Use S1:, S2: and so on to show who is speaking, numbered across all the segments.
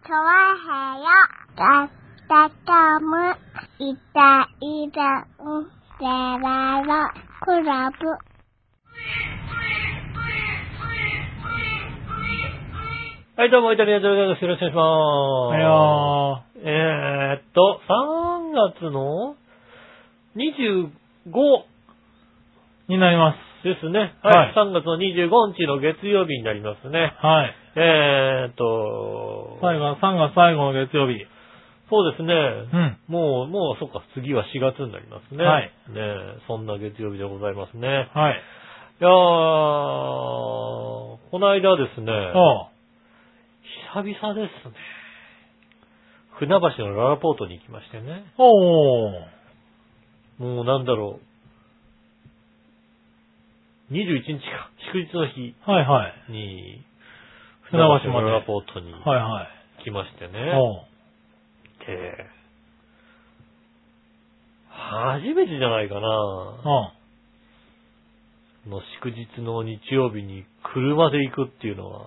S1: 좋아해요따뜻함을이따이따운데라로클럽
S2: はい、どうも、イタリアンジャルです。よろしくお
S3: あ
S2: 願いし
S3: れ
S2: ます。
S3: は、
S2: えーっと、3月の25
S3: になります。
S2: ですね。は、
S3: はいい
S2: 3月の25日の月曜日になりますね。
S3: はい。
S2: えーっと、
S3: 最後は3月最後の月曜日。
S2: そうですね。
S3: うん。
S2: もう、もう、そっか、次は4月になりますね。
S3: はい。
S2: ねえそんな月曜日でございますね。
S3: はい。
S2: いやー、この間ですね、
S3: おう。
S2: 久々ですね。船橋のララポートに行きましてね。
S3: おー。
S2: もうなんだろう。21日か、祝日の日
S3: はいはい。
S2: に、船
S3: 船橋
S2: 橋の
S3: まで
S2: ララポートに
S3: はいは
S2: 来ましてね。
S3: い。おう。
S2: ええ初めてじゃないかな。
S3: おう。
S2: の祝日の日曜日に車で行くっていうのは。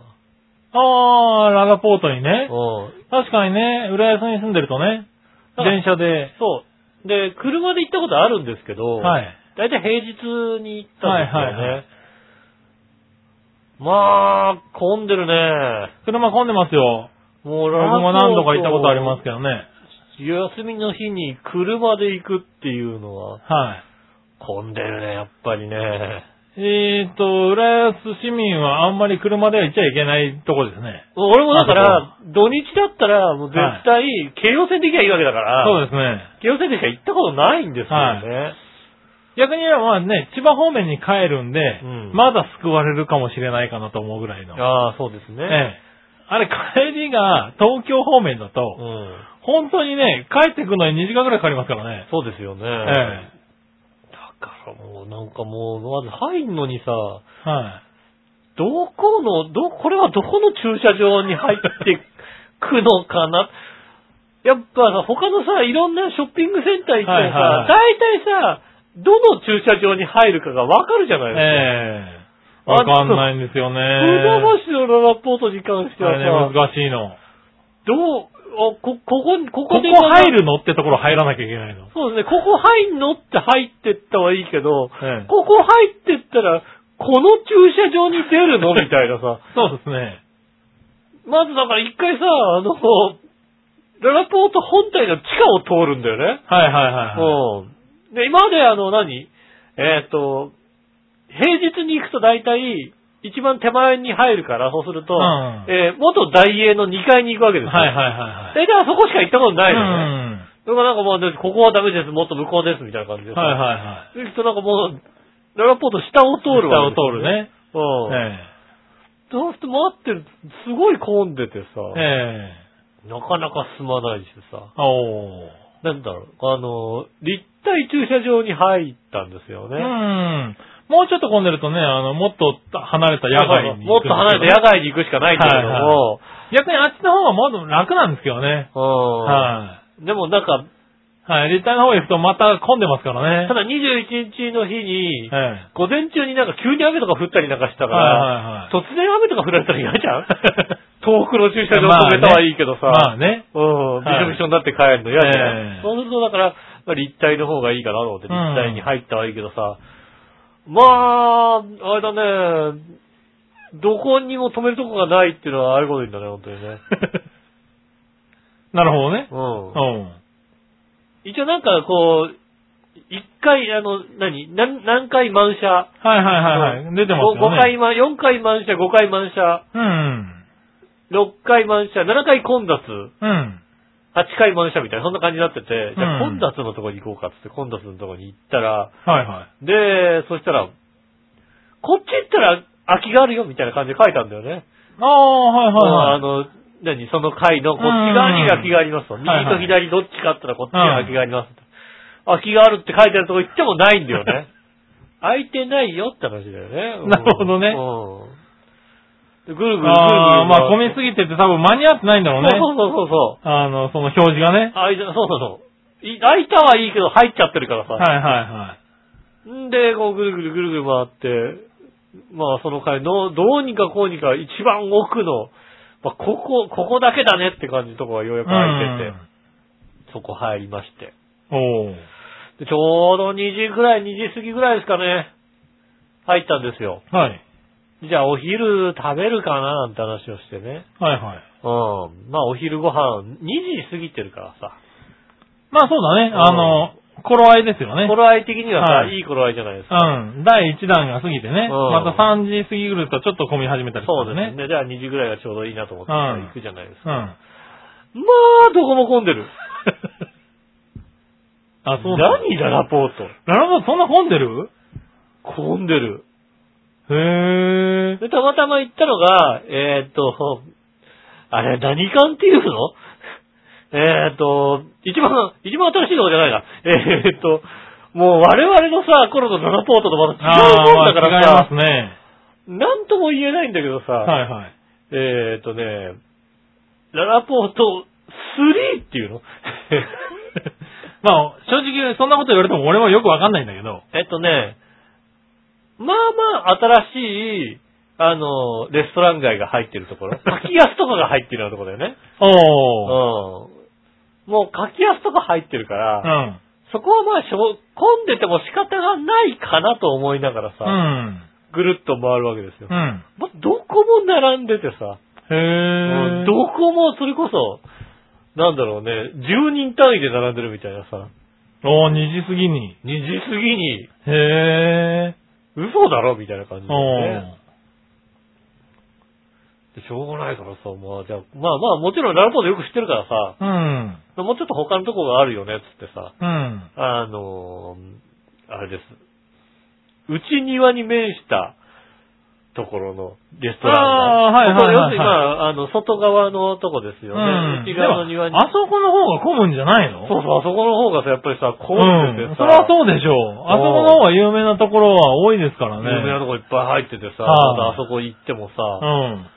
S3: あー、ララポートにね。
S2: うん。
S3: 確かにね、浦安に住んでるとね、電車で。
S2: そう。で、車で行ったことあるんですけど、
S3: はい。
S2: 大体平日に行ったんですよね。
S3: はいはいは
S2: まあ、混んでるね。
S3: 車混んでますよ。
S2: もう
S3: 僕も何度か行ったことありますけどね。
S2: 休みの日に車で行くっていうのは、
S3: は
S2: 混んでるね、やっぱりね。
S3: い。えーっと、浦安市民はあんまり車では行っちゃいけないとこですね。
S2: 俺もだか
S3: あ
S2: ら、土日だったら、もう絶対、京葉線で行きゃいいわけだから、
S3: そうですね。
S2: 京葉線でしか行ったことないんですよね。
S3: 逆に言えばまあね、千葉方面に帰るんで、
S2: ん
S3: まだ救われるかもしれないかなと思うぐらいの。
S2: ああ、そうですね。
S3: ええあれ帰りが東京方面だと、
S2: うん。
S3: 本当にね、帰ってくるのに2時間ぐらいかかりますからね。
S2: そうですよね。
S3: え
S2: だからもうなんかもう、まず入んのにさ、
S3: えはい。
S2: どこの、ど、これはどこの駐車場に入ってくのか な。やっぱさ、他のさ、いろんなショッピングセンター行っても
S3: はい
S2: さ
S3: は、い
S2: 大体さ、どの駐車場に入るかがわかるじゃないで
S3: ええわかんないんですよね。
S2: すか。船橋のララポートに関して
S3: あ
S2: は
S3: れね、
S2: さ、
S3: 難しいの。
S2: どう、あこ、ここに、こ
S3: ここ
S2: こで
S3: 入るのってところ入らなきゃいけないの。
S2: そうですね、ここ入んのって入ってったはいいけど、
S3: ええ
S2: ここ入ってったら、この駐車場に出るのみたいなさ。
S3: そうですね。
S2: まずだから一回さ、あの、ララポート本体の地下を通るんだよね。
S3: はいはいはいはい。
S2: うん。で、今まであの何、えーっと、平日に行くと大体、一番手前に入るから、そうすると、
S3: うん
S2: えー元大英の2階に行くわけですよ。
S3: はいはいはいはい。
S2: 大体あそこしか行ったことないのね。
S3: うん。
S2: だからなんかもう、ここはダメです、もっと向こうです、みたいな感じでさ。
S3: はいはいはい。
S2: そうするとなんかもう、ララポート下を通るわけです
S3: 下
S2: うん。
S3: を通る。ね。え
S2: そうすると待ってる、すごい混んでてさ。
S3: え。え
S2: なかなか進まないしさ、
S3: え。おー。
S2: なんだろう、あの、立体駐車場に入ったんですよ
S3: う
S2: ね。
S3: ん。もうちょっと混んでるとね、あの、もっと離れた野外に
S2: もっ
S3: 行
S2: と
S3: くんですけど。
S2: 離れて野外に行くしかないけれども、
S3: 逆にあっちの方がまだ楽なんですけどね。は
S2: うん。でもなんか、
S3: い。はい。立体の方行くとまた混んでますからね。
S2: ただ21日の日に、
S3: ええ。
S2: 午前中になんか急に雨とか降ったりなんかしたから、
S3: はいはいはい。
S2: 突然雨とか降られたら嫌じ ゃん遠くの駐車場止めたはいいけどさ、
S3: まあね。
S2: うん、びしょびしょになって帰るの嫌じゃん。
S3: ええ
S2: そうすると、だから、まあ、立体の方がいいかなと思って、
S3: う
S2: 立
S3: ん
S2: 体に入ったはいいけどさ、まあ、あれだね、どこにも止めるとこがないっていうのはあること言うんだね、本当にね。
S3: なるほどね。
S2: う
S3: うん。
S2: ん。一応なんかこう、一回、あの、何、何何回満車。
S3: はいはいはいはい。出てますよ
S2: 5
S3: ね。
S2: 回満、4回満車、5回満車、
S3: うん。
S2: 6回満車、7回混雑、
S3: うん。
S2: 8回満車みたいな、そんな感じになってて、じゃあ
S3: う
S2: 混
S3: ん
S2: 雑のとこに行こうかっつって、混雑のとこに行ったら、
S3: はいは
S2: で、そしたら、こっち行ったら空きがあるよみたいな感じで書いたんだよね。
S3: い。ああ、はい
S2: あ
S3: はいはい。
S2: の、何その階のこっち側に空きがありますと。
S3: うん
S2: 右と左どっちかあったらこっちに
S3: はいはい
S2: 空きがありますと。空きがあるって書いてあるとこ行ってもないんだよ ね。空いてないよって話だよね。うん
S3: なるほどね
S2: うん。でぐるぐるぐるぐる。
S3: ああ、まあ混みすぎてて多分間に合ってないんだろうね。
S2: そうそうそうそう。
S3: あの、その表示がね。
S2: 空いた、そうそうそう。い空いたはいいけど入っちゃってるからさ。
S3: はいはいはい。
S2: んで、こうぐるぐるぐるぐる回って、まあその階の、どうにかこうにか一番奥の、まあ、ここ、ここだけだねって感じのとこがようやく空いてて、そこ入りまして。
S3: うんおー
S2: でちょうど2時ぐらい、2時過ぎぐらいですかね、入ったんですよ。
S3: はい。
S2: じゃあお昼食べるかななんて話をしてね。
S3: はいはい。
S2: うん。まあお昼ご飯、2時過ぎてるからさ。
S3: まあそうだね。あの、頃合いですよね。
S2: 頃合い的にはさ、
S3: はい
S2: い、い頃合いじゃないですか。
S3: うん。第1弾が過ぎてね。
S2: ん
S3: また3時過ぎるとちょっと混み始めたりす
S2: そう
S3: る
S2: で
S3: ん
S2: すね。じゃあ2時ぐらいがちょうどいいなと思ってさ
S3: うん
S2: 行くじゃないですか。
S3: うん。あ、
S2: まあ、どこも混んでる。
S3: そう
S2: 何ララ
S3: ラ
S2: ポート。
S3: ララポそんな混んでる
S2: 混んでる。
S3: へえ。
S2: で、たまたま行ったのが、えーっと、あれ、何館っていうのえーっと、一番、一番新しいとこじゃないな。えーっと、もう我々のさ、頃のララポートとまた違うもんだか
S3: あ
S2: らさ
S3: ー違い、ますね。
S2: なんとも言えないんだけどさ、
S3: はいはい。
S2: えーっとね、ララポート3っていうの
S3: まあ、正直そんなこと言われても俺もよくわかんないんだけど。
S2: えっとね、まあまあ新しい、あの、レストラン街が入ってるとこ ろ。柿安とかが入ってるようなところだよね。うん
S3: おー。。
S2: もう柿安とか入ってるか
S3: う
S2: ら、
S3: ん。
S2: そこはまあしょう、混んでても仕方がないかなと思いながら
S3: う
S2: さ、
S3: ん。
S2: ぐるっと回るわけですよ
S3: う。ん。
S2: まあどこも並んでてさ、
S3: へ
S2: う
S3: え。
S2: んどこもそれこそ、なんだろうね、10人単位で並んでるみたいなさ、
S3: おー、2時過ぎに。
S2: 2時過ぎに、
S3: へえ。
S2: 嘘だろみたいな感じで、
S3: お
S2: ね。でしょうがないからさ、まあじゃあ、まあまあもちろんララポートよく知ってるからさ、
S3: ー。うん。
S2: もうちょっと他のとこがあるよね、つってさ、
S3: うん。
S2: あのーあれです。内庭に面したところのレストランが。
S3: あーはいはいはいはい
S2: ここ要するにまあ、あの、外側のとこですよね。
S3: うん
S2: 内側の庭に
S3: でも。あそこの方が混むんじゃないの
S2: そうそう、あそこの方がさ、やっぱりさ、
S3: う
S2: 混んで
S3: ん
S2: て。さ、
S3: それはそうでしょう。あそこの方が有名なところは多いですからね。
S2: 有名なとこいっぱい入っててさ、またあ
S3: はい
S2: そこ行ってもさ、
S3: う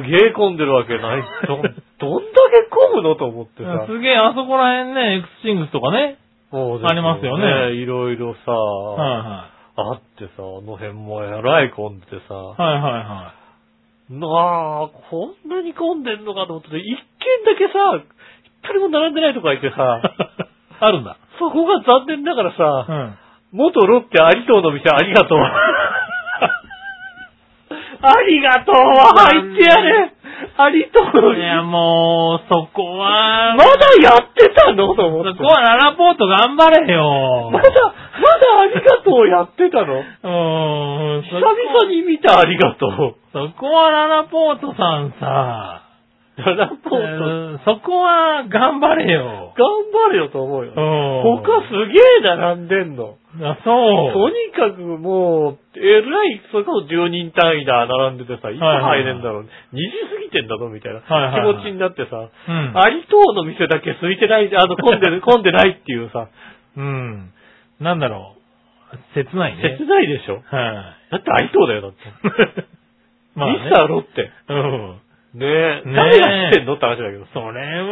S3: ん。
S2: すげえ混んでるわけない。ど、どんだけ混むのと思ってさ。
S3: すげえ、あそこら辺ね、エクスシングスとかね。
S2: そうです
S3: ありますよね
S2: いろいろさ、
S3: は
S2: あってさ、あの辺もえらい混んでてさ。
S3: いはい。はいはいは
S2: なあ、こんなに混んでんのかと思ってて、一軒だけさ、一人も並んでないとこがいてさ、
S3: い。 あるんだ。
S2: そこが残念ながら
S3: う
S2: さ、
S3: ん。
S2: 元ロッテ有藤の店ありが とう。ありがとうは入ってやれ有藤の
S3: い
S2: 店
S3: や、もう、そこは、
S2: まだやってたのと思って。
S3: そこはララポート頑張れよ。
S2: まだ、まだありがとうやってたの
S3: うーん、
S2: 久々に見たありがとう。
S3: そこはララポートさんさ、
S2: ララポート、
S3: うんそこは頑張れよ。
S2: 頑張れよと思うよ。
S3: うん。
S2: 他すげえ並んでんの。
S3: あ、そう。
S2: とにかくもう、えらい、それこそ10人単位だ、並んでてさ、いつ入れんだろう、2時過ぎてんだぞ、みたいな、
S3: はいはいはい
S2: 気持ちになってさ、
S3: うん。
S2: ありとうの店だけ空いてない、あの、混んで る、混んでないっていうさ、
S3: うん。なんだろう。切ないね。
S2: 切ないでしょ
S3: はい。
S2: だってありとうだよ、だって。
S3: まあ、ね。
S2: ミスターロッテ。
S3: うん。
S2: ねえ、
S3: ねえ
S2: 誰が知ってんのって話だけどさ。
S3: それ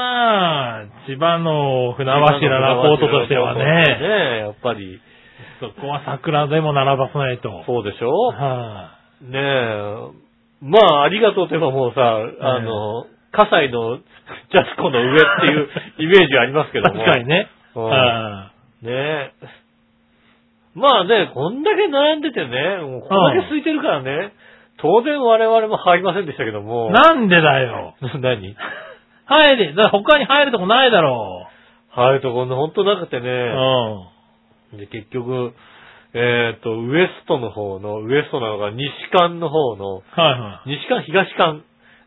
S3: はさ、千葉の船橋ララポートとしてはね、
S2: ねえ、やっぱり。
S3: そこは桜でも並ばさないと。
S2: そうでしょ
S3: は
S2: ねえ、まあ、ありがとうといえばもうさ、あの、葛西のジャスコの上っていうイメージはありますけ
S3: い
S2: ども。
S3: 確かにね。
S2: うん
S3: は
S2: ねえ。まあね、こんだけ並んでてね、もうこんだけ空いてるからね、当然我々も入りませんでしたけど
S3: い
S2: も。
S3: なんでだよ。
S2: 何
S3: 入れ、だから他に入るとこないだろ
S2: 入るとこんな本当なくて
S3: う。う
S2: ね、
S3: ん。
S2: で結局、えっ、と、ウエストの方の、ウエストなのが西館の方の、
S3: はいは
S2: 西館東館、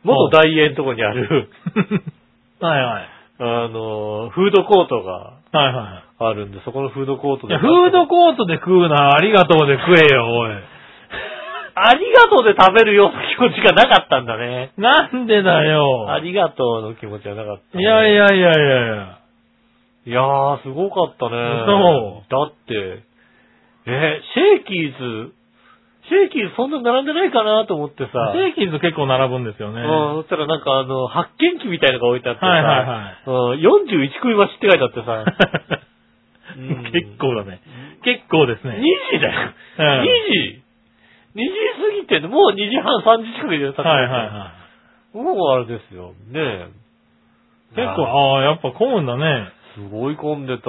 S2: 元大円のとこにある、
S3: い。はいはい。
S2: あの、フードコートが
S3: はいは
S2: あるんで、そこのフードコート
S3: い。い
S2: で。
S3: や、フードコートで食うな、ありがとうで食えよ、おい。
S2: ありがとうで食べるような気持ちがなかったんだね。
S3: なんでだよ。
S2: ありがとうの気持ちはなかった、
S3: いやい。やいやいやいや。
S2: いやー、すごかったね。だって、え、シェーキーズ、シェーキーズそんな並んでないかなと思ってさ。
S3: ステーキーズ結構並ぶんですよね。
S2: うん、そしたらなんかあの、発見機みたいのが置いてあってさ、
S3: はいは
S2: うん、41食い増しって書いてあってさ、 うん
S3: 結構だね。結構です
S2: 2
S3: ね。
S2: 時だよ。
S3: うん
S2: 2時 ?2 時過ぎてんのもう2時半、3時近くで経ってる
S3: はいはいは
S2: もうあれですよ。ねえ。
S3: 結構、、ああ、やっぱ混むんだね。
S2: すごい混んでた。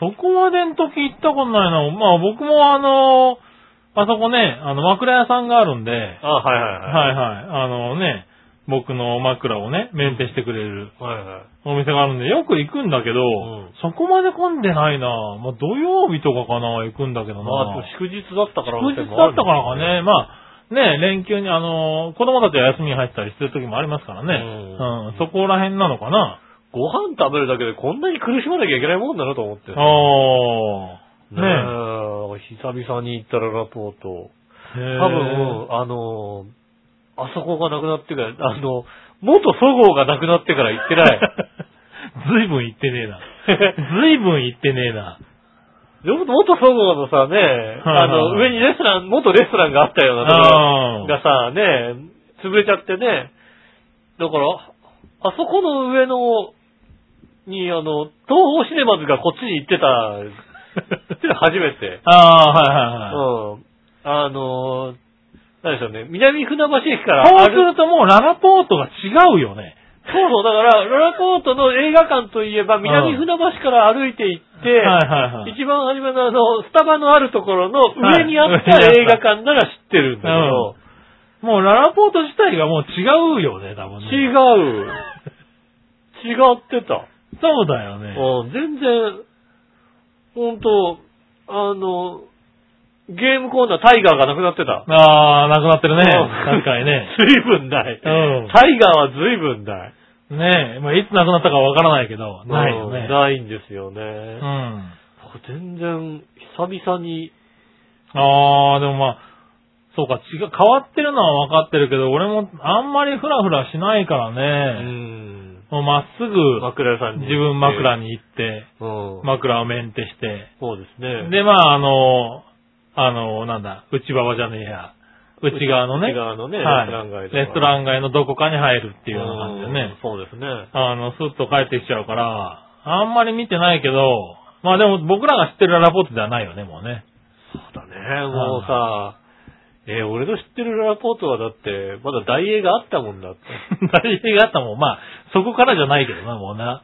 S3: そこまでの時行ったことないな。まあ僕もあの、あそこね、あの枕屋さんがあるんで、はい
S2: あ、はいはい
S3: はい
S2: はい。。
S3: あのね、僕の枕をね、メンテしてくれる
S2: はいはい。
S3: お店があるんで、よく行くんだけ
S2: う
S3: ど、
S2: ん
S3: そこまで混んでないな。まあ土曜日とかかな、行くんだけどな。
S2: まあ、でも祝日だったから
S3: 祝日だったからかね、まあ、ね、連休に、あの、子供たちが休みに入ったりする時もありますからね。
S2: うん
S3: うん、そこら辺なのかな。
S2: ご飯食べるだけでこんなに苦しまなきゃいけないもんだなと思って。
S3: あ
S2: ねえ、
S3: あ、ね
S2: 久々に行ったらラポート。
S3: え。
S2: 多
S3: へえ
S2: 分、あのー、あそこがなくなってから、あの、元そごうがなくなってから行って ない。
S3: ずいぶん行ってねえな。ずいぶん行ってねえな。
S2: でも元そごうのさ、ね、あの、
S3: はいは
S2: 上
S3: い
S2: にレストラン、元レストランがあったようなところ
S3: あ
S2: がさ、ね、潰れちゃってね、だから、あそこの上の、に、あの、東方シネマズがこっちに行ってた、初めて。
S3: ああ、はいはい
S2: うん。あ
S3: はい。
S2: のー、なんでしょうね、南船橋駅から
S3: そうす
S2: 歩
S3: るともうララポートが違うよね。
S2: そうそう、だから、ララポートの映画館といえば、南船橋から歩いて行って、
S3: はいはいはい。
S2: 一番初めのあの、スタバのあるところの
S3: はい
S2: 上にあった映画館なら知ってるんだけど、
S3: もうララポート自体がもう違うよね、多分ね。
S2: 違
S3: う。
S2: う。違ってた。
S3: そうだよね。
S2: うん、全然、ほんと、あの、ゲームコーナータイガーがなくなってた。
S3: ああ、なくなってる
S2: う
S3: ね。
S2: ん
S3: 確かにね。。
S2: 随分ない。
S3: うん
S2: タイガーは随分ない。
S3: ねえ、まあ、いつなくなったかわからないけど、ないよ
S2: うん
S3: ね。
S2: ないんですよね。
S3: うん。
S2: 全然、久々に、
S3: ああ、でもまあ、そうか、違う、変わってるのは分かってるけど、俺もあんまりフラフラしないから
S2: う
S3: ね、
S2: ん。
S3: もうまっすぐ
S2: 枕屋さんに。
S3: 自分枕
S2: に。
S3: に行って、
S2: うん。
S3: 枕をメンテして、
S2: そうですね。
S3: で、まあ、あの、あの、なんだ、内側じゃねえや、内側のね、
S2: 内側のね、レストラン
S3: は
S2: 街
S3: い、レストラ
S2: ンっ
S3: ン街のどこかに入るっていうような感じでね。。
S2: そうですね。
S3: あの、スッと帰ってきちゃうから、あんまり見てないけど、まあでも僕らが知ってるララポートではないよね、も うね。
S2: そうだね、もうさ、えー俺の知ってるラポートはだって、まだ大映があったもんだって。
S3: 大映があったもん、まあ、そこからじゃないけどな、もうな。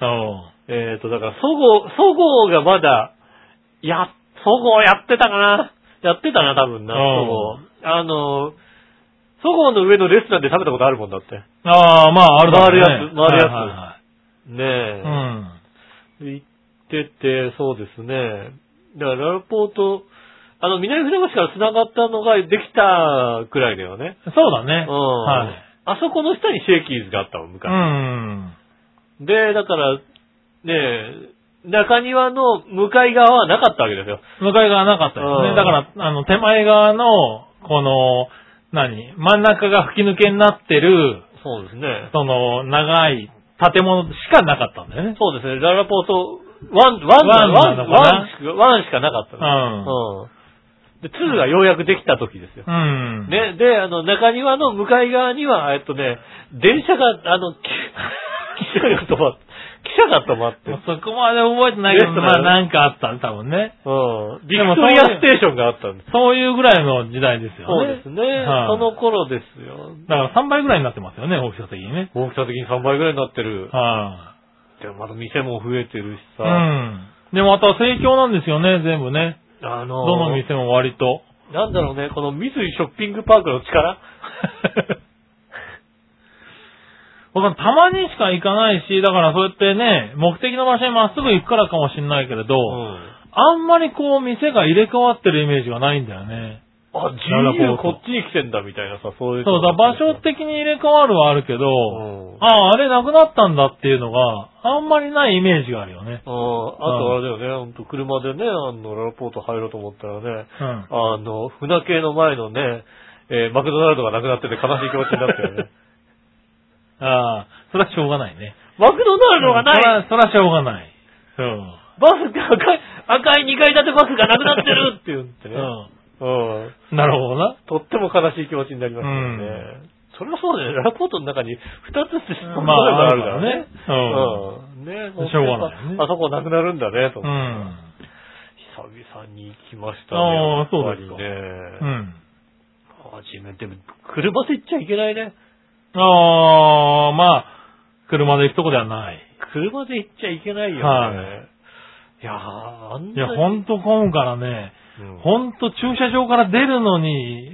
S3: うん。
S2: えっと、だから、そごう、そごうがまだ、や、そごうやってたかなやってたな、多分な、
S3: う
S2: そ
S3: ん
S2: ごう。あの、そごうの上のレストランで食べたことあるもんだって。
S3: ああ、まあ、あるだろう
S2: 回
S3: ね
S2: るやつ
S3: はいはいは
S2: ねえ。で行ってて、そうですね。だから、ララポート、あの、南船橋から繋がったのができたくらいだよね。
S3: い。うん。そうだ
S2: う
S3: ね。
S2: ん。
S3: はい。
S2: あそこの下にシェーキーズがあったの、
S3: う
S2: 昔。
S3: ん。
S2: で、だから、ねえ、中庭の向かい側はなかったわけですよ。
S3: 向かい側なかったです
S2: うん
S3: ね。だから、あの、手前側の、この、何真ん中が吹き抜けになってる、
S2: そうですね。
S3: その、長い建物しかなかったんだよね。
S2: そうですね。ララポート、ワン、ワン、
S3: ワン
S2: ワン、
S3: なのかな
S2: ワンしか、ワンしかなかった
S3: う
S2: の。
S3: ん。
S2: うん。で、ツーがようやくできた時ですよ。
S3: うん。
S2: ね、で、あの、中庭の向かい側には、えっとね、電車が、あの、き 汽車が止まって、汽車が止まって、
S3: もうそこまで覚えてないけど、
S2: レスト
S3: ま
S2: ラ
S3: あ
S2: ン
S3: なんかあったね、多分ね。
S2: うん。ビ
S3: で
S2: ク
S3: も
S2: ト
S3: そういう
S2: リアステーションがあったんです。
S3: そういうぐらいの時代です
S2: そ
S3: よ
S2: う
S3: ね
S2: で。すね。
S3: はい
S2: その頃ですよ。
S3: だから3倍ぐらいになってますよね、大きさ的にね。
S2: 大きさ的に3倍ぐらいになってる。
S3: は
S2: でもまだ店も増えてるし
S3: い。う
S2: さ。
S3: ん。でもあとは盛況なんですよね、全部ね。
S2: あの
S3: どの店も割と。
S2: なんだろうね、この三井ショッピングパークの力
S3: 僕たまにしか行かないし、だからそうやってね、目的の場所にまっすぐ行くからかもしれないけれど、
S2: うん。
S3: あんまりこう店が入れ替わってるイメージがないんだよね。
S2: あ、
S3: ララ
S2: GU
S3: ポート
S2: こっちに来てんだみたいなさ、そういう。
S3: そうだ、場所的に入れ替わるはあるけど、
S2: うん。
S3: ああ、あれなくなったんだっていうのが、あんまりないイメージがあるよね。
S2: あああとあれだよね、ほんと車でね、あの、ララポート入ろうと思ったらね、
S3: うん。
S2: あの、船系の前のね、えーマクドナルドがなくなってて悲しい気持ちになったよね。
S3: ああ、それはしょうがないね。
S2: マクドナルドがない、
S3: うんそれはそれはしょうがない。うん。
S2: バスが赤い、赤い2階建てバスがなくなってるって言ってね。うん。
S3: うん。なるほどな。
S2: とっても悲しい気持ちになりましたよね。それはそうだよね。ララポートの中に2つして
S3: うんまあ
S2: があるからね。
S3: あるからね
S2: うん。ね
S3: しょうがないよね
S2: あそこなくなるんだね、と
S3: う
S2: 思って。
S3: ん。
S2: 久々に行きましたね。
S3: ああそうですか
S2: やっぱりね
S3: うん。
S2: 初めて、車で行っちゃいけないね。
S3: ああ、まあ、車で行くとこではない。
S2: 車で行っちゃいけないよね。、
S3: はい
S2: やー、あん
S3: いや、
S2: なに
S3: ほんと混むからね、
S2: うん
S3: ほんと駐車場から出るのに、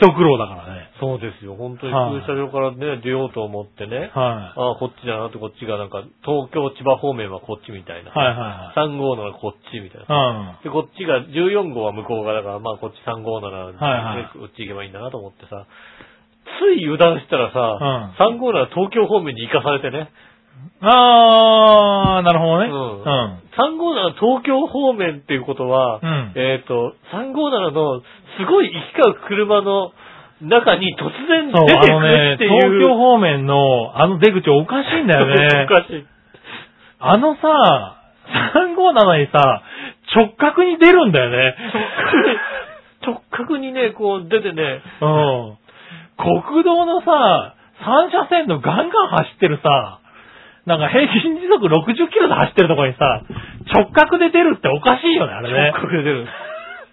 S3: 一苦労だからね。
S2: そうですよ。本当に
S3: はい
S2: 駐車場からね、出ようと思ってね。
S3: はい。
S2: ああ、こっちだなって、こっちがなんか、東京、千葉方面はこっちみたいな。
S3: はいは
S2: 3号ならこっちみたい
S3: い
S2: な。
S3: は
S2: で、こっちが、14号は向こう側だから、まあこっち3号なら、
S3: はいはい
S2: こっち行けばいいんだなと思ってさ、つい油断したらさ、3号なら東京方面に行かされてね、
S3: い。うん。あー、なるほどね。
S2: う
S3: うんん。
S2: 3号なら東京方面っていうことは、
S3: うん
S2: えっ、と、3号ならの、すごい行き交う車の中に突然
S3: そう、
S2: 出
S3: あ
S2: てく
S3: の
S2: る
S3: ね
S2: っ、ていう。
S3: 東京方面のあの出口おかしいんだ よ
S2: お
S3: ね。
S2: かしい。
S3: あのさ、357にさ、直角に出るんだよね。
S2: 直角にね、こう出てね、
S3: うん。国道のさ、三車線のガンガン走ってるさ、なんか平均時速60キロで走ってるとこにさ、直角で出るっておかしいよね、あれね。
S2: 直角で出る。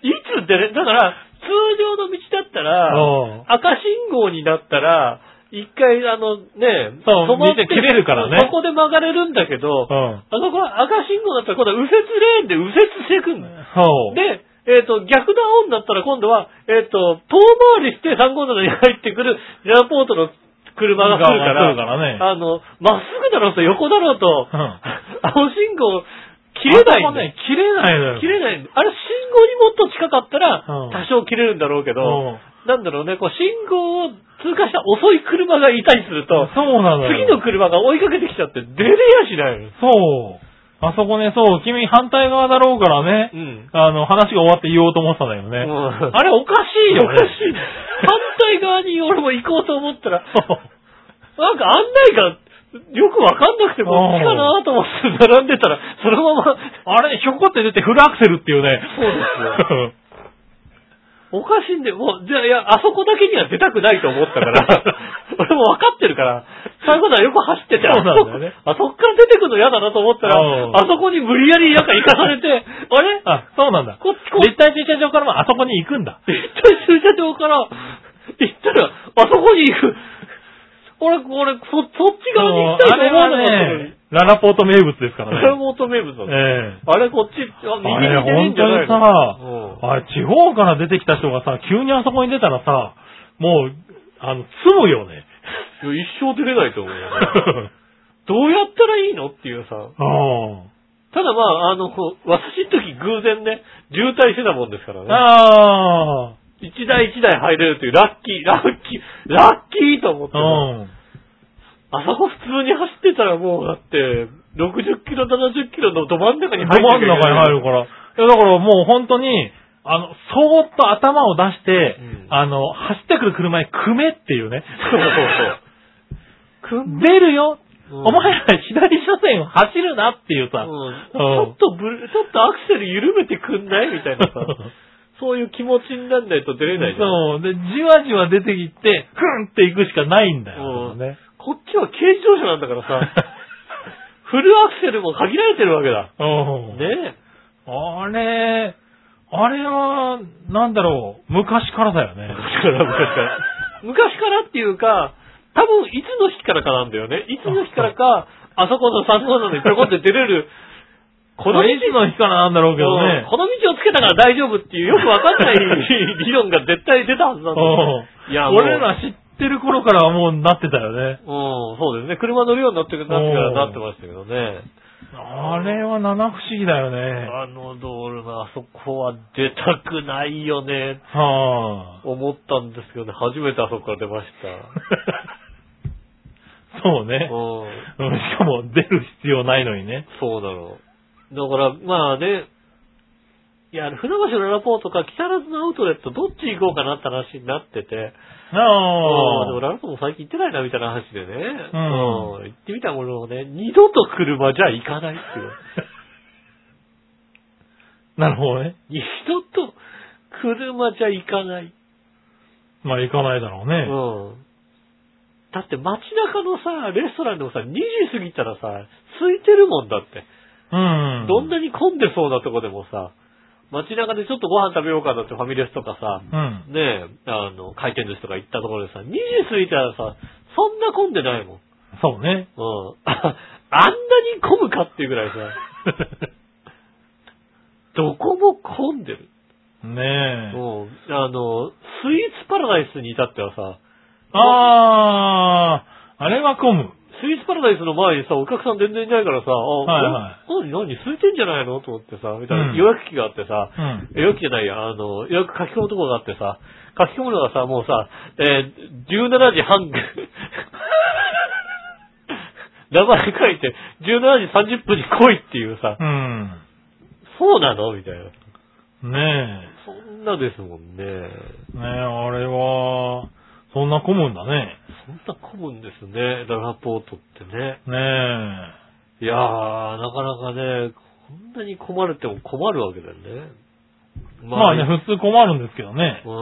S2: いつ出れ、だから、通常の道だったら、
S3: うん。
S2: 赤信号になったら、一回、あのね、
S3: そう
S2: 止まって
S3: 見て切れるからね
S2: そこで曲がれるんだけど、
S3: うん。
S2: あそこは赤信号だったら今度は右折レーンで右折していくんだよ。
S3: そう。
S2: で、えっ、と、逆ダウンだったら今度は、えっ、と、遠回りして3号道に入ってくるエアポートの車が来るから、
S3: 来るからね
S2: あの、まっすぐだろう と横だろうと、
S3: うん
S2: 青信号切れないん
S3: あそこ
S2: だよ
S3: ね、切れないのよ。
S2: 切れないんだあれ、信号にもっと近かったら
S3: うん、
S2: 多少切れるんだろうけど、
S3: うん
S2: なんだろうね、こう、信号を通過した遅い車がいたりすると、
S3: そうなのよ。
S2: 次の車が追いかけてきちゃって出れやしないの。
S3: そう。あそこね、そう、君反対側だろうから
S2: う
S3: ね、
S2: ん。
S3: あの、話が終わって言おうと思ってたんだよね。
S2: うん
S3: あれおかしいよ
S2: お
S3: ね。
S2: かしい。反対側に俺も行こうと思ったら、
S3: そう
S2: なんか案内がよくわかんなくて、こっちかなと思って並んでたら、そのまま、
S3: あれ、ひょこって 出てフルアクセルっていうね。
S2: そうおかしいんで、もう、じゃあ、いや、あそこだけには出たくないと思った から、俺もわかってるから、そういうことはよく走ってて、
S3: そうなんだよね
S2: あそこあそこから出てくるの嫌だなと思ったら、
S3: うん
S2: あそこに無理やりなんか行かされて、あれ
S3: あ、そうなんだ。
S2: こっちこっち
S3: 立体駐車場からもあそこに行く んだ。
S2: 一体駐車場から、行ったら、あそこに行く。俺、俺、そ、そっち側に行きたい
S3: あ
S2: と
S3: れ
S2: 思わ
S3: は
S2: なかったのに
S3: ね。、ララポート名物ですか
S2: それ
S3: らね。
S2: もオート名物だった。
S3: ええ。
S2: あれ、こっち、あ、右
S3: あ
S2: に
S3: れ、
S2: 出てん
S3: 本
S2: じゃ
S3: 当
S2: ない
S3: に
S2: の
S3: さ、
S2: うん
S3: あれ、地方から出てきた人がさ、急にあそこに出たらさ、もう、あの、積むよ ね。
S2: いや一生出れないと思うよね。どうやったらいいのっていうさ。
S3: うん
S2: ただまあ、あの、こう私の時偶然ね、渋滞してたもんですからね。
S3: あ
S2: 一台一台入れるという、ラッキー、ラッキー、ラッキーと思って
S3: あ、
S2: さ、
S3: うん。
S2: あそこ普通に走ってたらもう、だって、60キロ、70キロのど真ん中に入
S3: ど
S2: って
S3: 真ん中に入る
S2: る。
S3: から。いや、だからもう本当に、あの、そーっと頭を出して、
S2: うん
S3: あの、走ってくる車に組めっていうね。
S2: そうそうそう。くん
S3: 出るよ、
S2: うん
S3: お前ら左車線を走るなっていうさ、
S2: うんち ょっとブレ、ちょっとアクセル緩めてくんないみたいなさ、そういう気持ちになんないと出れないじゃん。
S3: そう。で、じわじわ出てきて、ふんって行くしかないんだよ。
S2: うん
S3: ね。
S2: こっちは軽自動車なんだからさ、 フルアクセルも限られてるわけだ。
S3: うん。
S2: ね
S3: あれ、あれは、なんだろう、昔からだよね。
S2: 昔から、昔から。 昔からっていうか、多分いつの日からかなんだよね。いつの日からか、あそこの3号なのにぴょこって出れる、こ
S3: こ
S2: の
S3: の
S2: 道
S3: いつの日からなんだろうけどね
S2: うん。この道をつけたから大丈夫っていうよくわか んない理論が絶対出たはずなんだよ
S3: う
S2: ね。
S3: ん
S2: いや、もう
S3: 俺ら知ってる頃からはもうなってたよね。
S2: うん、そうですね。車乗るようになってくなってから
S3: うん
S2: なってましたけどね。
S3: あれは七不思議だよね。
S2: あの道路のあそこは出たくないよね、
S3: はあ。
S2: 思ったんですけどね。初めてあそこから出ました。
S3: そうね。
S2: うん
S3: うんしかも出る必要ないのにね。
S2: そうだろう。だから、まあね、いや、船橋のラポートか木更津のアウトレット、どっち行こうかなって話になってて、うんでも
S3: ああ。
S2: ラポートも最近行ってないなみたいな話でね、
S3: うん
S2: うん行ってみたもののね、二度と車じゃ行かないっていう。
S3: なるほどね。
S2: 二度と車じゃ行かない。
S3: まあ行かないだろう
S2: う
S3: ね。
S2: ん。だって街中のさ、レストランでもさ、2時過ぎたらさ、空いてるもんだって。
S3: うん。
S2: どんなに混んでそうなとこでもさ、街中でちょっとご飯食べようかなってファミレスとかさ、
S3: うん。
S2: ねえ、あの、回転寿司とか行ったところでさ、2時過ぎたらさ、そんな混んでないもん。
S3: そうね。
S2: うん。 ああんなに混むかっていうぐらいさ、 どこも混んでる。
S3: ねえ。
S2: うん。あの、スイーツパラダイスに至ってはさ、
S3: あー、あれは混む。
S2: スイーツパラダイスの前にさ、お客さん全然いないからさ、あ、
S3: はいはい
S2: こ何、何、空いてんじゃないのと思ってさ、みたいな、
S3: うん
S2: 予約機があってさ、
S3: うん。
S2: 予約機じゃないや、あの、予約書き込むとこがあってさ、書き込むのがさ、もうさ、えー、17時半、 名前書いて、17時30分に来いっていうさ、そうなのみたいな。
S3: うん。ね
S2: そんなですもんね。
S3: え。ねえ、あれは、そんな混むんだね。
S2: そんな混むんですね、ララポートってね。
S3: ね
S2: いやー、なかなかね、こんなに困るっても困るわけだよね。
S3: え。まあね、普通困るんですけどね
S2: う。ーん、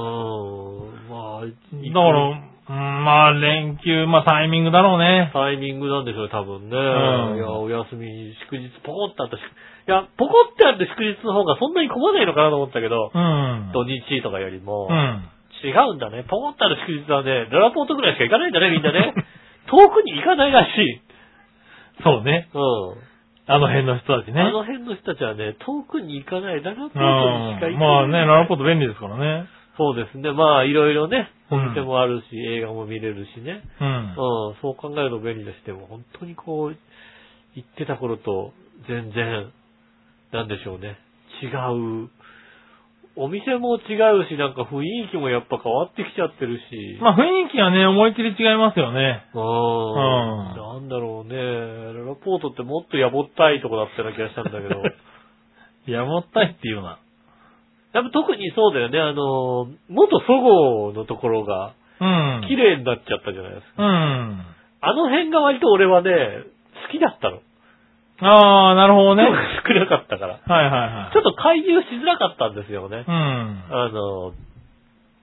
S2: まあ、だ
S3: だから、うん、まあ連休、まあタイミングだろうね。
S2: タイミングなんでしょうね、多分ね。
S3: うん
S2: いや、お休み、祝日、ポコってあったし、いや、ポコってある祝日の方がそんなに混まないのかなと思ったけど、
S3: うん。
S2: 土日とかよりも、
S3: うん。
S2: 違うんだね。ポコってある祝日はね、ララポートぐらいしか行かないんだね、みんなね。遠くに行かないらしい。
S3: そうね。
S2: うん。
S3: あの辺の人たちね。
S2: あの辺の人たちはね、遠くに行かない、ララポートにしか行かな
S3: う
S2: い。
S3: ん。まあね、ララポート便利ですからね。
S2: そうですね。まあ、いろいろね、
S3: う
S2: お
S3: ん
S2: 店もあるし、映画も見れるしね。
S3: う
S2: うん
S3: ん。、
S2: そう考えると便利だし、でも本当にこう、行ってた頃と全然、なんでしょうね。違う。お店も違うし、なんか雰囲気もやっぱ変わってきちゃってるし。
S3: まあ雰囲気はね、思いっきり違いますよね。
S2: うん。
S3: うん
S2: なんだろうね。ララポートってもっとやぼったいとこだったような気がしたんだけ ど。
S3: やぼったいっていうな。
S2: やっぱ特にそうだよね。あの、元そごうのところが、
S3: うん。
S2: 綺麗になっちゃったじゃないですか。
S3: うん。
S2: あの辺が割と俺はね、好きだったの。
S3: ああ、なるほどね。
S2: 人
S3: はい
S2: が少なかったから。
S3: はいは
S2: ちょっと介入しづらかったんですよね
S3: い。う。ん。
S2: あの、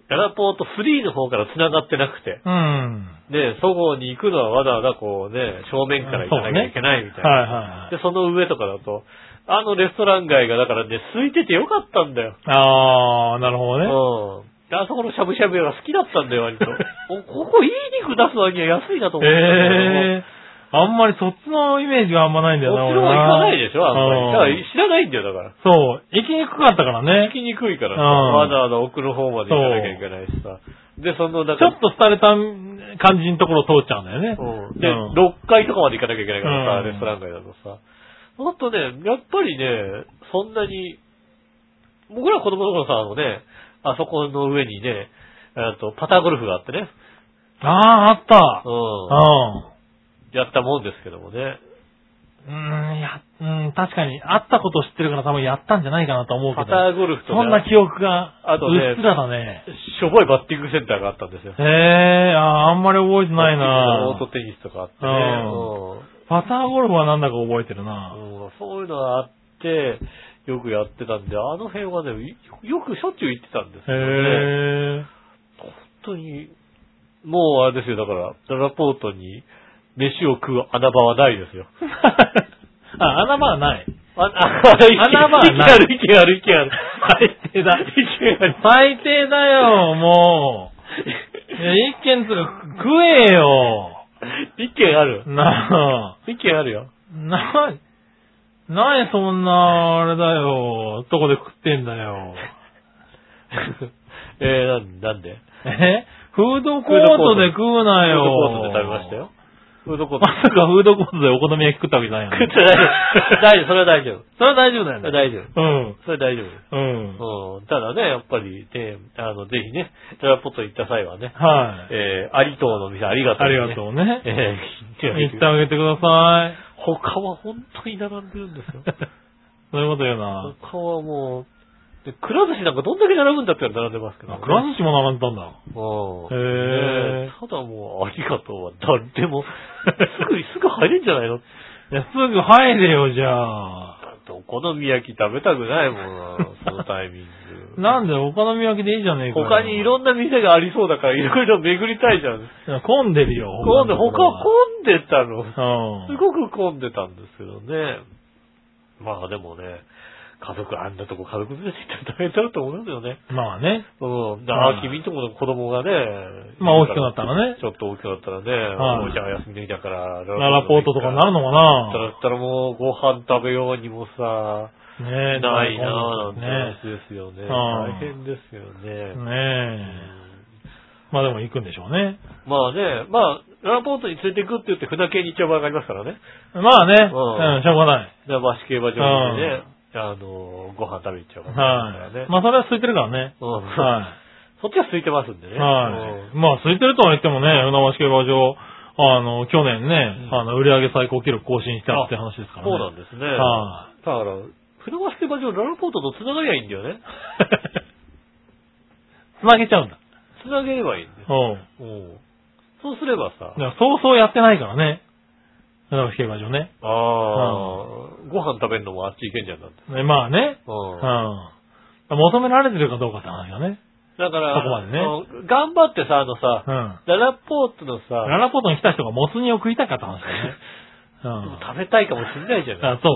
S2: ララポート3の方から繋がってなくて。
S3: うん。
S2: で、そごうに行くのはわざわざこうね、正面から行かなきゃいけないみたいな。
S3: はいはいはい。
S2: で、その上とかだと、あのレストラン街がだからね、空いててよかったんだよ。
S3: ああ、なるほどね。
S2: うん。であそこのしゃぶしゃぶ屋が好きだったんだよ、割 と。おここいい肉出すわけは安いなと思ってたんだけども。
S3: ええー。あんまりそっちのイメージがあんまないんだ
S2: そ
S3: よ
S2: っち
S3: な、
S2: の方行かないでしょ、あんまり。だから
S3: うん
S2: 知らないんだよ、だから。
S3: そう。行きにくかったから
S2: 行
S3: ね。
S2: きにくいからさ、
S3: うん
S2: わざわざ奥の方まで行かなきゃいけないしさ。で、その、だ
S3: ち
S2: か
S3: ょ
S2: ら
S3: っ、と廃れた感じのところを通っちゃうんだよね。
S2: うんで、
S3: うん
S2: 6階とかまで行かなきゃいけないからさ、
S3: うん
S2: レストラン街だとさ。もっとね、やっぱりね、そんなに、僕ら子供の頃さ、あのね、あそこの上にね、えっと、パターゴルフがあってね、
S3: ああ、あった。
S2: う、
S3: うん
S2: やったもんですけどもね。
S3: ん。うん、や、うん、確かに、あったことを知ってるから多分やったんじゃないかなと思う
S2: パ
S3: け
S2: タ
S3: ど。
S2: ーゴルフと
S3: そんな
S2: ね、
S3: 記憶が、
S2: あとね
S3: うっすらだね。
S2: しょぼいバッティングセンターがあったんですよ。
S3: へえ、あーあんまり覚えてない
S2: オート
S3: な
S2: テニスとかあってね。
S3: うん
S2: うん
S3: パターゴルフはなんだか覚えてるな
S2: うんそういうのがあって、よくやってたんで、あの辺はね、いよくしょっちゅう行ってたんです
S3: へ
S2: けどね。
S3: え。
S2: 本当に、もうあれですよ、だから、ララポートに飯を食う穴場はないですよ。
S3: あ、穴場はない。
S2: あ、 あ、
S3: 穴場はない
S2: ある、意見ある、意見ある。
S3: 最低だ。
S2: 意見ある。
S3: 最低だよ、もう。いや一軒つうか食えよ。
S2: 意見ある。
S3: なあ、
S2: 意見あるよ。
S3: な、なにそんな、あれだよ、とこで食ってんだよ。
S2: えー、なんなんで
S3: えフードコートで食う
S2: フー
S3: なよ。
S2: ドコートで食べましたよ。フードコート
S3: ま。さかフードコートでお好み焼き食ったわけじゃないよ
S2: 食っ
S3: ね。
S2: てない。大丈 夫、それは大丈夫。
S3: それは大丈夫だよ
S2: それは
S3: ね。
S2: 大丈夫。
S3: うん。
S2: それは大丈夫です。
S3: うん。
S2: うん、ただね、やっぱり、で、あの、ぜひね、テラポット行った際はね、
S3: はい。
S2: えー、アリ島の店ありがとう、
S3: ありが
S2: う。
S3: とうね。
S2: えー、行って
S3: 行
S2: み
S3: っててあげてください。
S2: 他は本当に並んでるんですよ。
S3: そういうこと言うな。
S2: 他はもう、で、くら寿司なんかどんだけ並ぶんだって並んでますけど、
S3: あ、くら寿司も並んでたんだ。
S2: うん。
S3: へー
S2: ねただもう、ありがとうは誰でも、す ぐ、すぐ入れんじゃないの
S3: いや、すぐ入れよ、じゃあ。
S2: だってお好み焼き食べたくないもんな、そのタイミング。
S3: なんで、お好み焼きでいいじゃねえかよ。
S2: 他にいろんな店がありそうだから、いろいろ巡りたいじゃん。
S3: いや混んでるよ。
S2: 混んで、他
S3: は
S2: 混んでたの。
S3: うん。
S2: すごく混んでたんですけどね。まあでもね、家族、あんなとこ家族連れて行ったら大変だと思いますよね。
S3: まあね。
S2: うん。
S3: はい
S2: ああ、君んとこの子供がね、
S3: まあ大きくなったらね
S2: ちょっと大きくなったらね、
S3: はい
S2: おじゃん休みの日だから、
S3: ララポートとかになるのか
S2: だったらだ
S3: な
S2: ったらもうご飯食べようにもさ、
S3: ねえ、
S2: ないなぁ、なんて
S3: ね
S2: 話ですよね。
S3: は
S2: 大
S3: い
S2: 変ですよ
S3: え。
S2: ね。
S3: ねえ。まあでも行くんでしょうね。
S2: まあね、まあ、ララポートに連れて行くって言って船系に行っちゃう場合がありますからね。
S3: まあね、
S2: うん
S3: うん、しょうがない。
S2: 船橋競馬場にね、あの、ご飯食べに行っちゃう場合がありますから
S3: は
S2: ね
S3: い。。まあそれは空いてるからね。
S2: うん
S3: は
S2: そっちは空いてますんで
S3: い。
S2: ね。
S3: は
S2: う
S3: い。
S2: ん
S3: まあ空いてるとは言ってもね、船橋競馬場、あの、去年ね、
S2: うん
S3: あの、売り上げ最高記録更新したって話ですからね。
S2: そうなんですね。
S3: は
S2: だから、船橋競馬場、ララポートと繋がりゃいいんだよ ね。
S3: つなげちゃうんだ。
S2: 繋げればいいんだよ。
S3: うん。
S2: うんそうすればさ
S3: だ、からそうそうやってないからね。船橋競馬場ね。
S2: ああー、ご飯食べるのもあっち行けんじゃんだって。
S3: ねまあね。
S2: うん
S3: うん。求められてるかどうかって話だね。
S2: だから、
S3: そこまでね
S2: うん頑張ってさ、あのさ
S3: う、ん。
S2: ララポートの
S3: ラ
S2: さ、
S3: ラポートに来た人がもつ煮を食いたかった話だね。う
S2: でも
S3: ん。
S2: 食べたいかもしれないじゃない。
S3: あ、そ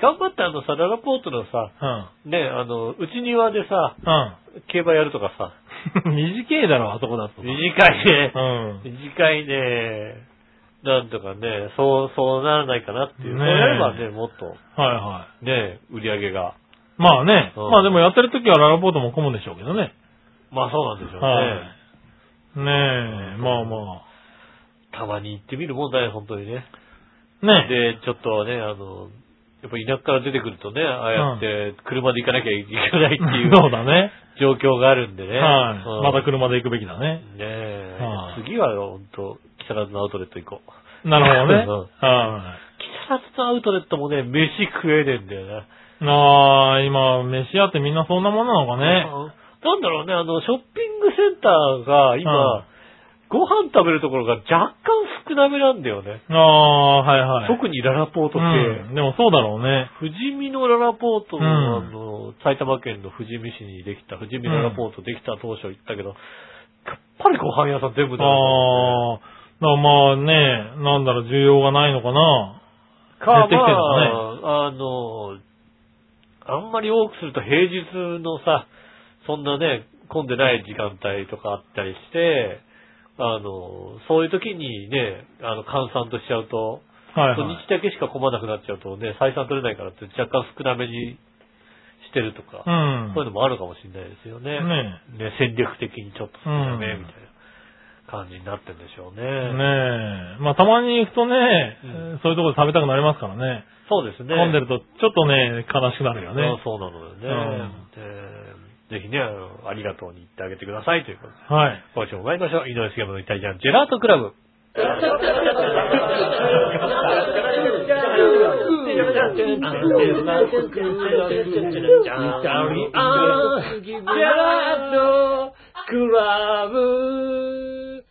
S2: 頑張ってあのさ、ララポートのさ、
S3: う。うん。
S2: ね、あの、内庭でさ、
S3: う
S2: 競馬やるとかさ、
S3: ん。 短いだろ、あそこだと。
S2: 短いね
S3: う、ん。
S2: 短いね、なんとかね、そう、そうならないかなっていう。そ
S3: ねえ
S2: うやればね、もっと、
S3: はいは
S2: ね、売り上げが。
S3: い。まあね。
S2: うん
S3: まあでもやってる時はララポートも混むんでしょうけどね。
S2: まあそうなんでしょうね。
S3: はい。ねえ、まあま
S2: たまに行ってみるもんだよ、本当にね。
S3: あ。ねえ。
S2: で、ちょっとね、あの、やっぱ田舎から出てくるとね、ああやって車で行かなきゃいけないっていう
S3: そうだね。
S2: 状況があるんでね。
S3: はい。また
S2: 来る。
S3: 車で行くべきだね。
S2: ねえ
S3: はい
S2: 次は本当木更津のアウトレット行こう。
S3: なる ほどね。
S2: う
S3: はい。
S2: 木更津のアウトレットもね、飯食えねえんだよな。
S3: ああ、今、飯屋ってみんなそんなもんなのかね。
S2: うんなんだろうね、あの、ショッピングセンターが今、
S3: うん
S2: ご飯食べるところが若干少なめなんだよね。
S3: ああ、はいはい。
S2: 特にララポートって、
S3: うん、でもそうだろうね。
S2: 富士見のララポート
S3: うん
S2: の、あの、埼玉県の富士見市にできた、富士見ララポートできた当初行ったけど、やっぱりご飯屋さん全部だよ
S3: ああ、だからまあね、なんだろう、需要がないのかな。
S2: か、
S3: 減ってきて
S2: ま
S3: るのね
S2: あ、あの、あんまり多くすると平日のさ、そんなね、混んでない時間帯とかあったりして、あの、そういう時にね、あの、換算としちゃうと、
S3: はい、
S2: 土
S3: はい。
S2: 日だけしか混まなくなっちゃうとね、採算取れないからって若干少なめにしてるとか
S3: う、ん。
S2: そういうのもあるかもしれないですよね。
S3: ね
S2: ね戦略的にちょっと少なめみたいな感じになってるんでしょうね。
S3: え。ねえ。まあたまに行くとね、
S2: う
S3: そういうところで食べたくなりますからね。
S2: そうですね。
S3: 混んでるとちょっとね、悲しくなるよ
S2: あ
S3: ね。
S2: そうなのよね、でぜひね、あのありがとうに言ってあげてくださいということで。
S3: はい。
S2: 今週も参りましょう。井上杉山のイタリアンジェラートクラブ。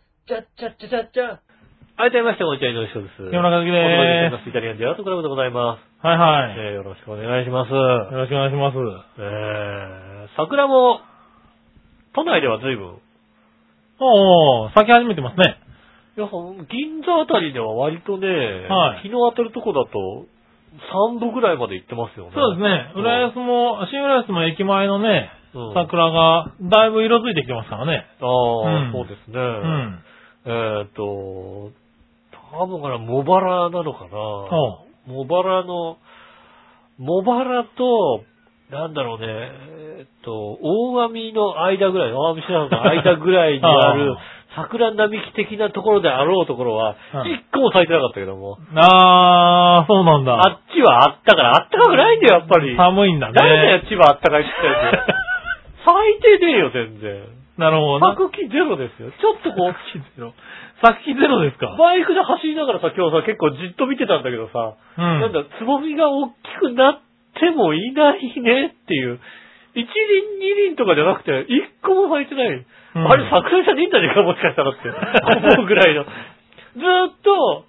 S2: はい、改めまして、こんにちは、井上杉です。
S3: 山中
S2: お
S3: 月
S2: 届けしております。イ
S3: で
S2: タリアンジェラートクラブでございます。
S3: す。はいはい。
S2: えーよろしくお願いします。
S3: よろしくお願いします。
S2: えー、桜も、都内では随分、
S3: おー、咲き始めてますね。
S2: いや、銀座あたりでは割とね、
S3: はい
S2: 日の当たるとこだと、3度ぐらいまで行ってますよね。
S3: そうですね。
S2: うん
S3: 浦安も、新浦安も駅前のね、
S2: うん
S3: 桜がだいぶ色づいてきてますからね。
S2: ああ、
S3: うん
S2: そうですね。
S3: うん。
S2: えーっと、多分から茂原なのかな。
S3: そ
S2: 茂原の、茂原と、なんだろうね、えーっと、大神の間ぐらい、大神市なのか間ぐらいにある
S3: ああ
S2: 桜並木的なところであろうところは
S3: う、ん
S2: 一個も咲いてなかったけども、
S3: う。あー、そうなんだ。
S2: あっちはあったから、あったかくないんだよ、やっぱり。
S3: 寒いんだね。
S2: 誰だよ、千葉あったかいって言ったや つ。最低でよ、全然。
S3: なるほどな。
S2: 白気ゼロですよ。ちょっと こう、
S3: 咲きゼロ。咲きゼロですか。
S2: バイクで走りながらさ、今日さ、結構じっと見てたんだけどさ、
S3: う
S2: なんだ、つぼみが大きくなってもいないねっていう、一輪二輪とかじゃなくて、一個も咲いてない。
S3: うん
S2: あれ、桜じゃねえんじゃねえか、もしかしたら って。思うぐらいの。ずーっと、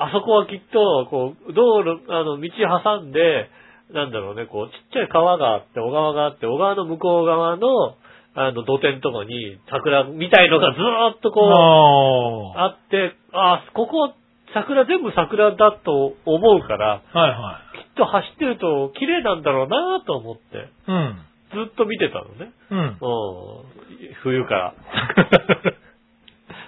S2: あそこはきっと、こう、道路、あの、道挟んで、なんだろうね、こう、ちっちゃい川があって、小川があって、小川の向こう側の、あの、土手のとこに、桜みたいのがずーっとこう、
S3: あ
S2: あって、あここ、桜全部桜だと思うから、
S3: ーはいは
S2: きっと走ってると綺麗なんだろうなと思って、
S3: うん。
S2: ずっと見てたのね。
S3: うん。
S2: うん。冬 から。
S3: 多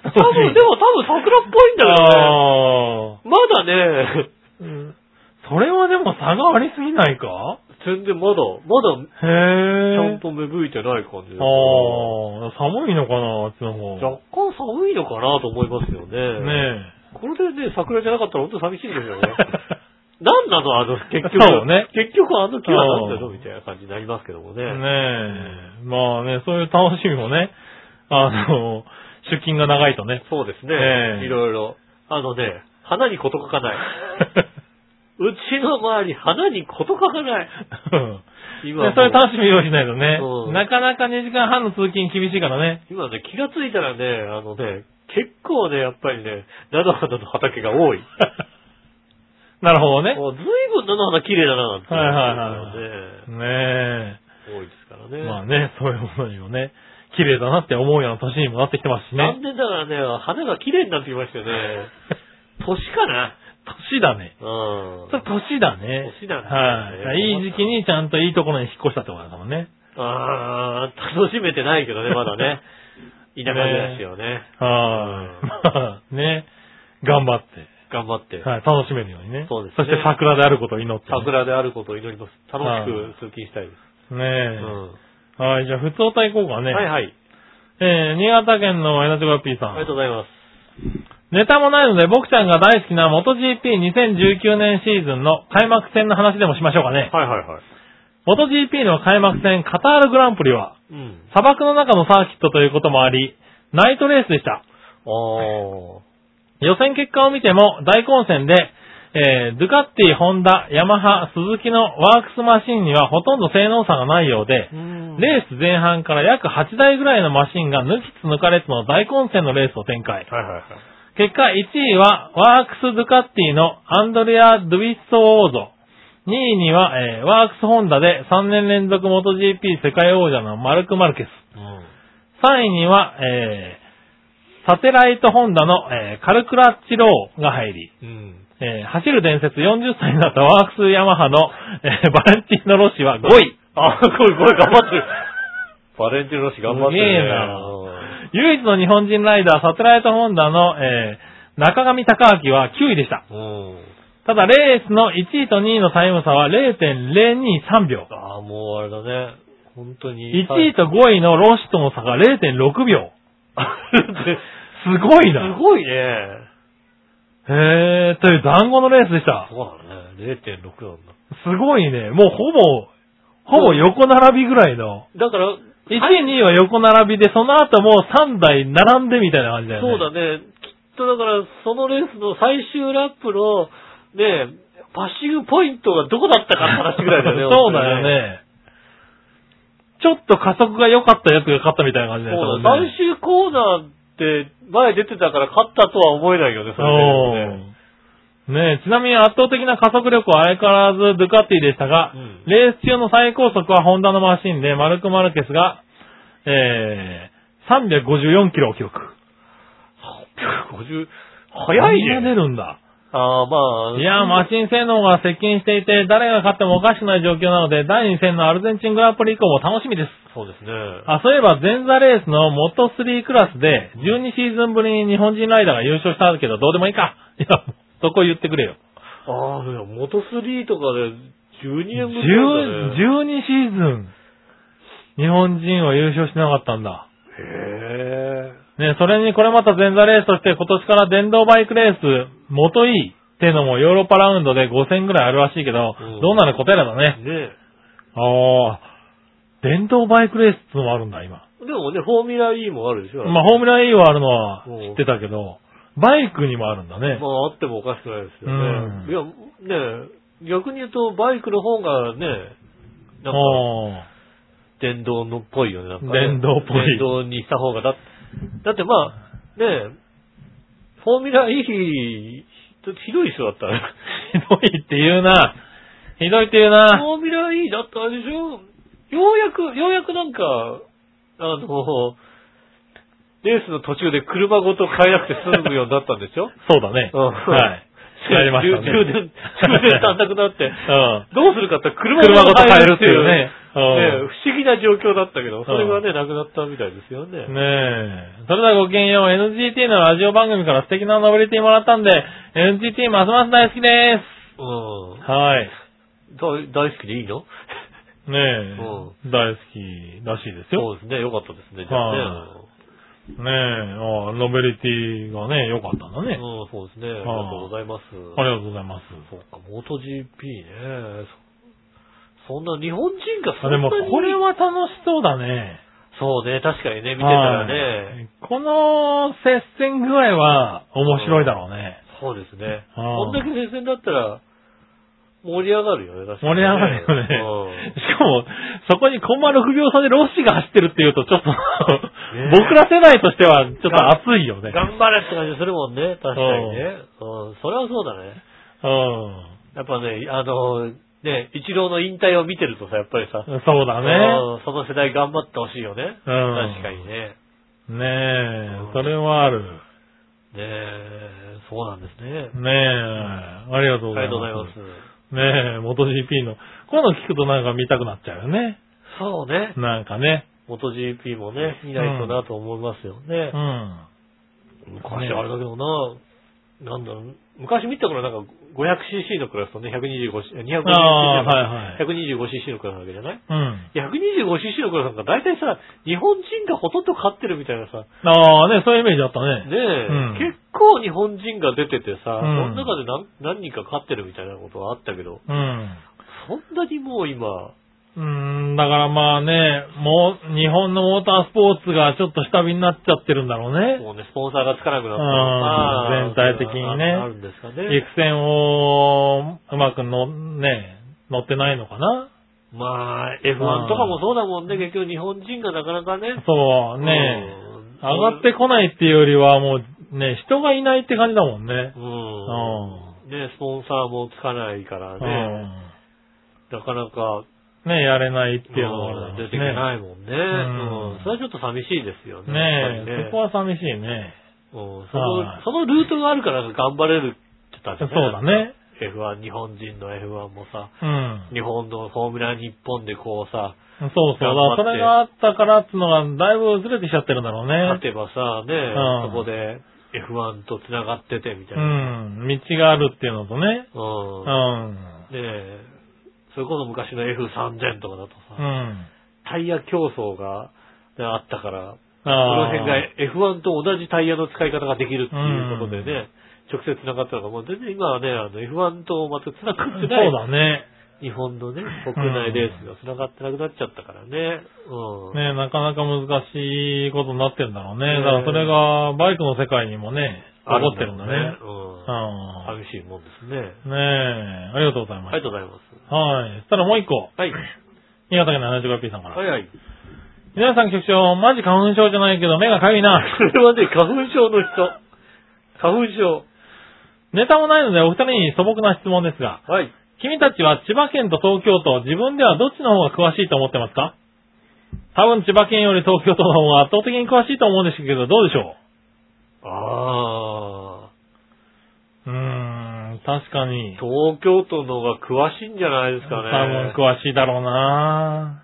S2: 多分、で、も多分桜っぽいんだよね。
S3: ああ。
S2: まだね、
S3: うんそれはでも差がありすぎないか
S2: 全然まだ、まだ、ち
S3: へえ。
S2: ゃんと芽吹いてない感じだから
S3: ああ、寒いのかな、あっちの方。
S2: 若干寒いのかなと思いますよね。
S3: ね
S2: これでね、桜じゃなかったら本当寂しいですよね。
S3: え。
S2: なんなのあの、結局。
S3: そうね
S2: 結局あの木はなんな
S3: う
S2: の
S3: ん
S2: みたいな感じになりますけども ね。
S3: ねえ。まあね、そういう楽しみもね、あの、出勤が長いと ね。
S2: そうですね。
S3: ええ
S2: いろいろ。あのね、花に事書かない。うちの周り、花に事書かない。
S3: うん
S2: 今も
S3: ね
S2: う
S3: そういう楽しみをしないとね
S2: う。ん
S3: なかなか2時間半の通勤厳しいからね。
S2: 今ね、気がついたらね、あのね、結構ね、やっぱりね、菜の花の畑が多い。
S3: なるほどね。
S2: もう随分菜の花綺麗だな、なんて
S3: はいはい
S2: ね
S3: ね
S2: 多いですからね。
S3: え。まあね、そういうものにもね、綺麗だなって思うような年にもなってきてますし
S2: 残
S3: ね。
S2: 念ながらね、花が綺麗になってきましたよ ね。年かな
S3: 年だね。
S2: うん。
S3: それ年だね。
S2: 年だね
S3: はい。いい時期にちゃんといいところに引っ越したってことだもんね。
S2: あー、楽しめてないけどね、まだ ね。田舎暮らしをね、
S3: はい。まあ、ね。頑張って。
S2: 頑張って、
S3: はい。楽しめるようにね。
S2: そうですね
S3: そして桜であることを祈って、ね。
S2: 桜であることを祈ります。楽しく通勤したいです。う
S3: ね
S2: ん。
S3: え。はい。じゃあ、普通歌行こうかね。
S2: はいはい。
S3: えー、新潟県のエナジョガピーさ。
S2: ありがとうんございます。
S3: ネタもないので、僕ちゃんが大好きな MotoGP2019 年シーズンの開幕戦の話でもしましょうかね。
S2: はいはいはい。
S3: MotoGP の開幕戦カタールグランプリは、
S2: うん。
S3: 砂漠の中のサーキットということもあり、ナイトレースでし
S2: あ
S3: た。予選結果を見ても大混戦で、えー、ドゥカッティ、ホンダ、ヤマハ、スズキのワークスマシンにはほとんど性能差がないようで
S2: ー。、うん
S3: レース前半から約8台ぐらいのマシンが抜きつ抜かれつの大混戦のレースを展開。
S2: はいはいはい。
S3: 結果1位はワークス・ドゥカッティのアンドレア・ドゥビッソ・オーゾ。2位には、えーワークス・ホンダで3年連続 MotoGP 世界王者のマルク・マルケス。
S2: うん。
S3: 3位には、えーサテライトホンダの、えーカルクラッチローが入り、
S2: うん。
S3: えー走る伝説40歳になったワークスヤマハの、えーバレンティーノ・ロシは5位。
S2: あ、これこれ頑張ってる。バレンティーノロシ頑張ってる、ね。
S3: すげえな 唯一の日本人ライダー、サテライトホンダの、えー中上隆明は9位でした。
S2: うん。
S3: ただ、レースの1位と2位のタイム差は0.023秒。
S2: ああ、もうあれだね。本当に。
S3: 1位と5位のロシとの差が0.6秒。すごい
S2: す
S3: な。
S2: ごいね。
S3: へー、という団子のレースでした。
S2: そうだね。0.6なんだ。
S3: すごいね。もうほぼ、ほぼ横並びぐらいの。
S2: だから、
S3: 1位、2位は横並びで、その後もう3台並んでみたいな感じだよね。
S2: そうだね。きっとだから、そのレースの最終ラップの、ね、パッシングポイントがどこだったかって話ぐらいだよね。
S3: そうだよね。ちょっと加速が良かったやつが勝ったみたいな感じだよ
S2: そうだ、
S3: ね
S2: 最終コーナーって前出てたから勝ったとは思えないよね、そ
S3: 多
S2: れ
S3: 分ね。おーねえ、ちなみに圧倒的な加速力は相変わらずドゥカティでしたが、
S2: うん
S3: レース中の最高速はホンダのマシンで、マルク・マルケスが、えー、354キロを記録。
S2: 50、早い
S3: こんな出
S2: ね。
S3: るんだ。
S2: ああ、まあ。
S3: いやー、マシン性能が接近していて、誰が勝ってもおかしくない状況なので、第2戦のアルゼンチングランプリ以降も楽しみです。
S2: そうですね。
S3: あ、そういえば前座レースのモト3クラスで、12シーズンぶりに日本人ライダーが優勝したけど、どうでもいいか。いや、そこ言ってくれよ。
S2: ああ、でも元3とかで12年ぶりなんだね。
S3: 12シーズン、日本人は優勝しなかったんだ。
S2: へえ。
S3: ね、それにこれまた前座レースとして今年から電動バイクレース、モト E っていうのもヨーロッパラウンドで5戦ぐらいあるらしいけど、
S2: うん
S3: どうなる答えだろうね。
S2: ね
S3: ああ、電動バイクレースってのもあるんだ、今。
S2: でもね、フォーミュラ E もあるでしょ。
S3: まあ、ホームラン E はあるのは知ってたけど、バイクにもあるんだね。
S2: まあ、あってもおかしくないですよ
S3: うん
S2: ね。いや、ねえ逆に言うと、バイクの方がね、なんか、
S3: ああ
S2: 電動のっぽいよね、なんかね、
S3: 電動っぽい
S2: 電動にした方がだ、だってまあ、ねえフォーミュラ E、ちょっとひどい人だったら。
S3: ひどいって言うな。ひどいって言うな。
S2: フォーミュラ E だったらでしょようやく、ようやくなんか、あの、レースの途中で車ごと変えなくて済むようになったんでしょ
S3: そうだね。
S2: うん
S3: はい。やりましたね
S2: 充充電、充電足んなくなって、
S3: うん。
S2: どうするかって車
S3: 車ごと変
S2: 変
S3: え
S2: え
S3: る
S2: る
S3: っ
S2: ってて
S3: い
S2: いうう
S3: ね
S2: ね。。
S3: うん
S2: ね不思議な状況だったけど、それがね、なくなったみたいですよね。
S3: ねえ。それではごきげんよう、NGT のラジオ番組から素敵なノベルティもらったんで、NGT ますます大好きで
S2: うん
S3: す。。はい。
S2: 大大好きでいいの
S3: ねえ。
S2: う
S3: 大好きらしいです
S2: そ
S3: よ。
S2: うですね、よかったですね、じゃあね
S3: は。ねえ。ああノベルティがね、良かったんだね。
S2: うん、そうですね、ありがとうございます。
S3: ありがとうございます。
S2: そうか、モート GP ね。そそんな日本人がそん
S3: あで
S2: なに
S3: も、これは楽しそうだね。
S2: そうね、確かにね、見てたら
S3: は
S2: ね、
S3: いこの接戦具合は面白いだろうね。
S2: そうですね。
S3: うん
S2: こんだけ接戦だったら、盛り上がるよね、確か
S3: 盛
S2: に、
S3: り上がるよね。しかも、そこにコンマ6秒差でロッシが走ってるっていうと、ちょっと
S2: え、
S3: 僕ら世代としては、ちょっと熱いよ
S2: う
S3: ね
S2: ん。頑張れって感じするもんね、確かにね。うん、それはそうだね。
S3: う
S2: やっぱね、あの、ね、一郎の引退を見てるとさ、やっぱりさ、
S3: ん。そうだね。
S2: うんその世代頑張ってほしいよね。
S3: うん
S2: 確かにね。
S3: ねえ
S2: う、ん
S3: それはある。
S2: ねえ、そうなんですね。
S3: ねえ、ありがとうご
S2: あ
S3: ざ
S2: りが
S3: い
S2: とうござい
S3: ま
S2: ます
S3: す。。ねえ、モト GP の、こういうの聞くとなんか見たくなっちゃうよね。
S2: そうね。
S3: なんかね。
S2: 元 GP もね、見ないとなと思いますよね
S3: う。ん。
S2: 昔あれだけどな、なんだろう、昔見た頃なんか 500cc のクラスとね、125cc、250cc のク
S3: あーはいは
S2: ラ
S3: い
S2: ス、125cc のクラスだけじゃない
S3: うん。
S2: 125cc のクラスなんか大体さ、日本人がほとんど勝ってるみたいなさ、
S3: ああ、ね、そういうイメージあったね。
S2: ねえ、
S3: うん
S2: 結構日本人が出ててさ、その
S3: うん
S2: 中で何何人か勝ってるみたいなことはあったけど、
S3: うん。
S2: そんなにもう今、
S3: うーん、だからまあね、もう、日本のモータースポーツがちょっと下火になっちゃってるんだろうね。
S2: もうね、スポンサーがつかなくなった
S3: うん
S2: のか
S3: 全体的にね
S2: あるんですか
S3: 育
S2: ね。
S3: 成を、うまくの、ね、乗ってないのかな
S2: まあ、F1 とかもそうだもんね、結局日本人がなかなかね。
S3: そう、ね、
S2: うん
S3: 上がってこないっていうよりはもう、ね、人がいないって感じだもんね。
S2: うん。ね、スポンサーもつかないから
S3: う
S2: ね、
S3: ん。
S2: なかなか、
S3: ね、やれないっていうの
S2: う
S3: が
S2: ん
S3: ね。
S2: 出てきないもんね。
S3: ん
S2: うんそれはちょっと寂しいですよね。やっぱり
S3: ね
S2: ね
S3: そこは寂しいね。
S2: うんそ
S3: は
S2: の、
S3: い
S2: そのルートがあるから頑張れるって言った
S3: そ
S2: ん
S3: うだ。ね。
S2: F1、日本人の F1 もさ、
S3: うん。
S2: 日本のフォーミュラ日本でこうさ、
S3: そうそう。だからそれがあったからっていうのがだいぶずれてきちゃってるんだろうね。
S2: 勝てばさ、ね
S3: うん、
S2: そこで F1 と繋がっててみたいうな。
S3: ん。道があるっていうのとね。
S2: うん
S3: うん。
S2: ねえ、それこそ昔の F3000 とかだと
S3: う
S2: さ、
S3: ん。
S2: タイヤ競争がねあったから、
S3: あ
S2: そ
S3: あ
S2: の辺が F1 と同じタイヤの使い方ができるっていうことでね、直接繋がったのが、もう全然今はね、あの F1 とまた繋がってない。
S3: そうだね。
S2: 日本のね、国内レースが繋がってなくなっちゃったからね。うん。
S3: ねなかなか難しいことになってんだろう
S2: ね
S3: ね。だからそれがバイクの世界にもね、起
S2: あ
S3: こ
S2: る
S3: ってるんだね。
S2: うん
S3: う。ん。
S2: 寂しいもんですね。
S3: ねえ、ありがとうございま
S2: あり
S3: し
S2: がとうございま
S3: た。はい。そしたらもう一個。
S2: す。はい。
S3: 新潟県の 75P さんから。
S2: はいはい。
S3: 皆さん局長、マジ花粉症じゃないけど目がかゆいな。
S2: それはね、花粉症の人。花粉症。
S3: ネタもないのでお二人に素朴な質問ですが、
S2: はい。
S3: 君たちは千葉県と東京都、自分ではどっちの方が詳しいと思ってますか多分千葉県より東京都の方が圧倒的に詳しいと思うんですけど、どうでしょう
S2: ああ。
S3: うーん、確かに。
S2: 東京都の方が詳しいんじゃないですかね。
S3: 多分詳しいだろうな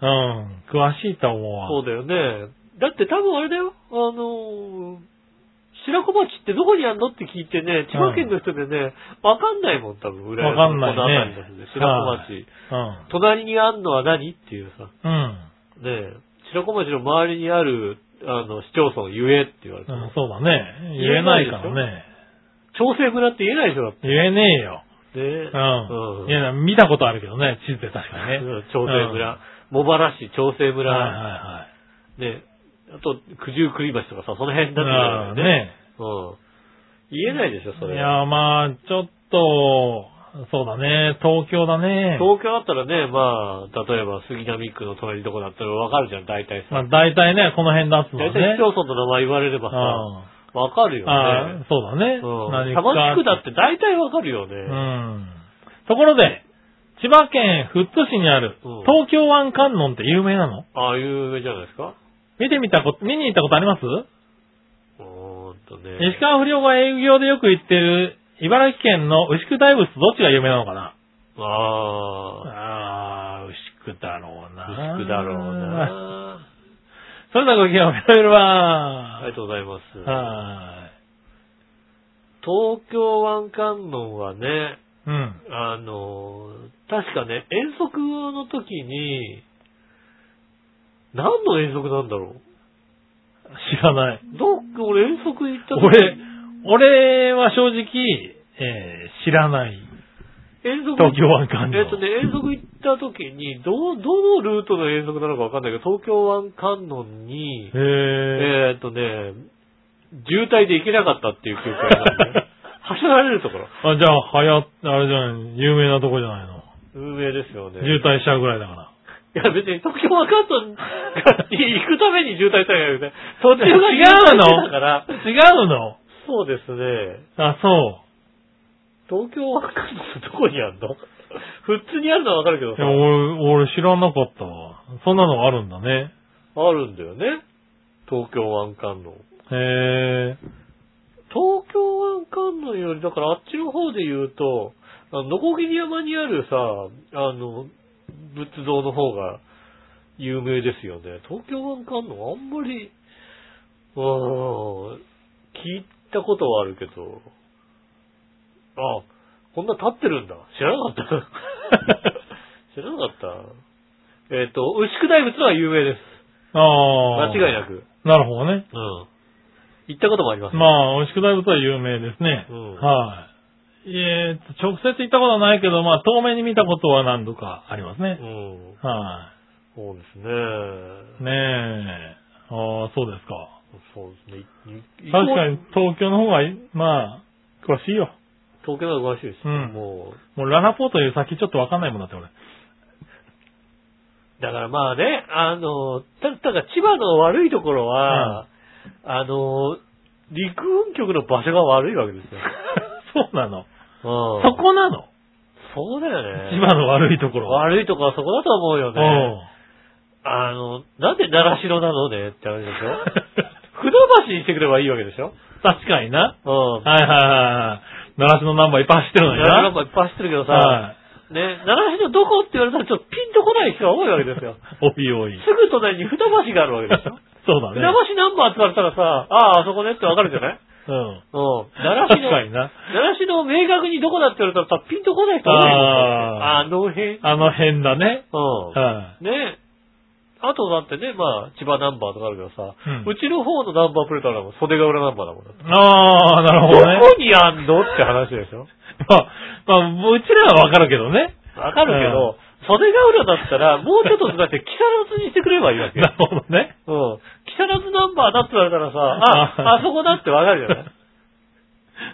S3: うん、詳しいと思うわ。
S2: そうだよね。だって多分あれだよ。あのー白子町ってどこにあんのって聞いてね、千葉県の人でね、わかんないもん、多分、浦安
S3: わかんないね
S2: この辺りですね。白子町。隣にあんのは何っていうさ、ね
S3: うん、
S2: え、白子町の周りにある、あの、市町村言えって言われて
S3: う
S2: も、
S3: ん、そうだね。言えないからね。
S2: 調整村って言えないでしょ、だって。
S3: 言えねえよ。
S2: ね
S3: うん。
S2: うん
S3: いや、見たことあるけどね、地図で確かにね。
S2: うん調整
S3: うん
S2: 村。茂原市、調整
S3: はいはい
S2: 村、ねえ、あと、九十九里橋とかさ、その辺だ
S3: は
S2: って
S3: い。うん
S2: ね。
S3: ね
S2: うん。言えないでしょ、それ。
S3: いや、まあ、ちょっと、そうだね、東京だね。
S2: 東京だったらね、まあ、例えば杉並区の隣どこだったらわかるじゃん、大体
S3: ま
S2: さ。
S3: あ、大体ね、この辺だっつうのは
S2: 大
S3: ね。
S2: 体市町村の名前言われればさ、
S3: うん
S2: わかるよ
S3: あ
S2: ね
S3: あ。そうだね。
S2: うん。
S3: 何
S2: 多
S3: か
S2: 摩地区だって大体わかるよ
S3: う
S2: ね。
S3: ん。ところで、千葉県富津市にある
S2: うん
S3: 東京湾観音って有名なの
S2: ああいう上じゃないですか
S3: 見てみたこと、見に行ったことあります
S2: うーんとね。
S3: 石川不良が営業でよく行ってる茨城県の牛久大仏とどっちが有名なのかな
S2: あ
S3: あー、牛久だろう
S2: あ、
S3: な。
S2: 薄くだろう。な。
S3: それではごきげんよう、メロメロ
S2: あ
S3: バ
S2: りがとうございます。
S3: ーン。は
S2: 東京湾観音はね、
S3: ーい。うん。
S2: あの、確かね、遠足の時に、何の遠足なんだろ
S3: 知らない。
S2: うどっか俺遠足行った時
S3: 俺、俺は正直、えー、知らない。
S2: 遠足
S3: 東京湾観音
S2: えっとね、遠足行った時に、ど、どのルートの遠足なのかわかんないけど、東京湾観音にえ
S3: へ、え。
S2: ーっとね、渋滞で行けなかったっていう記憶があるんだよ ね走られるところ。
S3: あ、じゃあ、はや、あれじゃん、有名なとこじゃないの。
S2: 運営ですよね。
S3: 渋滞しちゃうぐらいだから。
S2: いや、別に東京湾観音に行くために渋滞したんやけどね。途中が
S3: 違うの
S2: 渋滞だから、
S3: 違うの
S2: そうですね。
S3: あ、そ
S2: 東京湾観音ってどこにあんの普通にあるのはわかるけど
S3: う。い
S2: さ
S3: や、、俺、俺知らなかったわ。そんなのあるんだね。
S2: あるんだよね。東京湾観音。
S3: へえ。
S2: 東京湾観音より、だからあっちの方で言うと、あの、ノコギリ山にあるさ、あの、仏像の方が有名ですよね。東京湾観音あんまり、うーん、聞いたことはあるけど、あ、こんな立ってるんだ。知らなかった。知らなかった。えっ、と、牛久大仏は有名です。
S3: あ
S2: 間
S3: あ。
S2: 違いなく。
S3: なるほどね。
S2: うん。行ったこともあります。
S3: まあ、牛久大仏は有名ですね。
S2: うん
S3: はい。えーっと、直接行ったことはないけど、まあ、遠目に見たことは何度かありますね
S2: う。ん。
S3: は
S2: そうですね。
S3: い。ねえ。ああ、そうですか。
S2: そうですね。いい
S3: 確かに東京の方がい、まあ、詳しいよ。
S2: 東京の方が詳しいです、
S3: うん
S2: も
S3: もうラナポーという先ちょっとわかんないもんだって、俺。
S2: う。だからまあね、あの、た、ただ千葉の悪いところは、あの、陸運局の場所が悪いわけです よ。
S3: そうなの。
S2: うん。
S3: そこなの
S2: そうだよね。
S3: 千葉の悪いところは。
S2: 悪いところはそこだと思うよね。あの、なんで習志野なのねって話でし
S3: うん
S2: ょ船橋にしてくればいいわけでしょ
S3: 確かにな。
S2: うん。
S3: はいはいはいはい。奈良市のナンバーいっぱい走ってるのにな。
S2: 習志野いっぱい走ってるけどさ、
S3: はい。
S2: ね、習志野どこって言われたらちょっとピンとこない人が多いわけですよ。
S3: おいおい。
S2: すぐ隣に船橋があるわけでしょ
S3: そうだね。
S2: 船橋ナンバーって言われたらさ、ああ、あそこねってわかるじゃない
S3: うん。
S2: うん。
S3: 確
S2: 奈良市の、
S3: かにな。
S2: 奈良市の明確にどこだって言われたらさ、ピンとこない人多い
S3: あー
S2: あの辺。うん。
S3: あの辺だね。はい。
S2: ねあとだってね、まあ、千葉ナンバーとかあるけどさ、
S3: う
S2: うんちの方のナンバープレートあるもん、袖ヶ浦ナンバーだもん。
S3: ああ、なるほ
S2: ど
S3: どね。
S2: こにあんのって話でしょ
S3: まあ、まあ、うちらはわかるけどね。
S2: わかるけど、袖ヶ浦だったら、もうちょっとだって木更津にしてくればいいわけよ
S3: なるほどね。
S2: うん。木更津ナンバーだって言われた らさ、あ、あそこだってわかるじゃない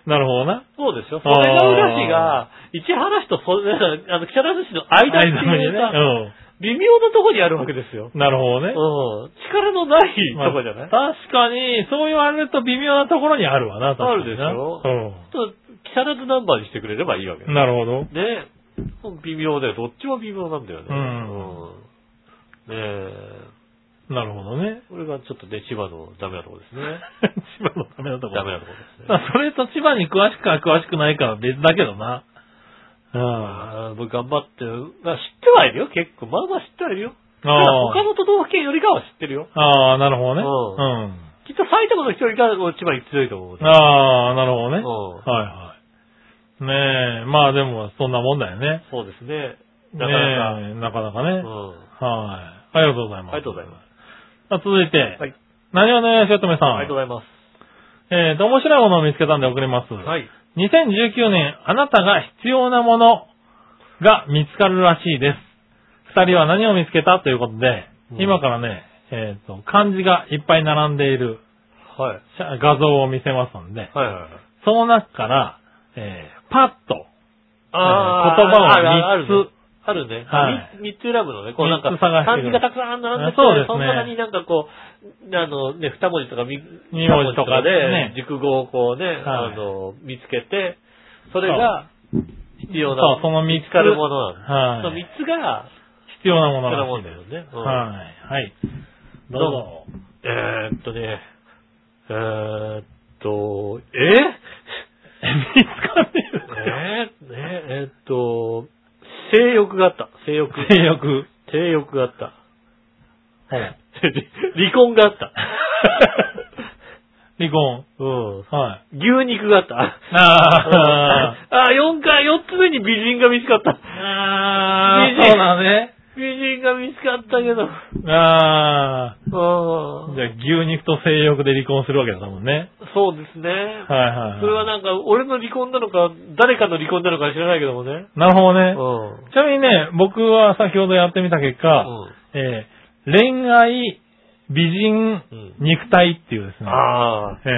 S3: なるほどな。
S2: そうですよ。袖ヶ浦市が、市原市と袖、 あの、木更津市の間っていう
S3: ね。
S2: さ、微妙なとこにあるわけですよ。
S3: うん。なる
S2: う
S3: ほど
S2: ん
S3: ね。。
S2: 力のない
S3: まあ
S2: とこじゃない、
S3: 確かに、そう言われると微妙なところにあるわな、確か
S2: あ
S3: にな
S2: るでしょ
S3: う
S2: ちょっと、木更津ナンバーにしてくれればいいわけ
S3: ん。
S2: ね。
S3: なるほど。
S2: ね微妙だよ。どっちも微妙なんだよね。
S3: うん
S2: うんねえ。
S3: なるほどね。
S2: これがちょっとね、千葉のダメなとこ ですね。
S3: 千葉のためのところ。
S2: ダメなとこですね。
S3: まあ、それと千葉に詳しくか詳しくないかは別だけどな。うん。
S2: ああ、僕頑張って、まあ、知ってはいるよ、結構。まあまあ知ってはいるよ。ただ他の都道府県よりかは知ってるよ。
S3: ああ、なるほどね。
S2: う
S3: うん。
S2: きっと埼玉の人よりかは千葉に強いと思う。
S3: ああ、なるほどね。
S2: うん
S3: はいはい。ねえ、まあでも、そんなもんだよね。
S2: そうですね。
S3: ね
S2: なかなか。
S3: え、なかなかね。
S2: う
S3: は
S2: ん。
S3: い。ありがとうございます。。
S2: ありがとうございます
S3: さあ、続いて。
S2: はい。
S3: 何をね、しおとめさん。
S2: ありがとうございます。
S3: えーと、面白いものを見つけたんで送ります。
S2: は。い。
S3: 2019年、あなたが必要なものが見つかるらしいです。二人は何を見つけたということで、
S2: うん
S3: 今からね、えっ、と、漢字がいっぱい並んでいる
S2: はい。
S3: 写画像を見せますんで、
S2: はいはいはい。
S3: その中から、えーパッと、
S2: あ
S3: 言葉を
S2: あるある
S3: 三つ
S2: あるね。
S3: はい
S2: あ三三つ選ぶのね。こうなんか、
S3: 三つ探して
S2: 漢字がたくさん並んでて、
S3: あそうですね
S2: の中になんかこう、あのね、二文字とかみ
S3: 二文字
S2: 二文字と
S3: とかね
S2: かで、熟語をこうね、
S3: はい
S2: あの、見つけて、それが必要な、
S3: そうその三つ
S2: 見つかるものな
S3: はい
S2: の。その三つが
S3: 必要なも
S2: 必
S3: の
S2: 要なも
S3: らし
S2: の
S3: い
S2: だ
S3: です。
S2: よね。うん
S3: はい。はい。どう
S2: どう
S3: ぞ。
S2: えーっとね、えーっと、え
S3: 見つかんね
S2: えー、ねえーっと、性欲があった。性欲。
S3: え。性欲。
S2: 性欲があった。
S3: はい。
S2: 離婚があ った。
S3: 離婚。
S2: うん。
S3: はい。
S2: 牛肉があった。
S3: あー。
S2: あ、4回、4つ目に美人が見つかった。
S3: あ
S2: 美
S3: ー、
S2: 人
S3: そうだね。
S2: 美人が見つかったけど。
S3: あー。
S2: うん
S3: じゃあ、牛肉と性欲で離婚するわけだもんね。
S2: そうですね。
S3: はいはいはい。
S2: それはなんか、俺の離婚なのか、誰かの離婚なのか知らないけどもね。
S3: なるほど
S2: う
S3: ね。
S2: ん。うん。
S3: ちなみにね、僕は先ほどやってみた結果、えー恋愛、美人
S2: うん、
S3: 肉体っていうですね。
S2: ああ、
S3: え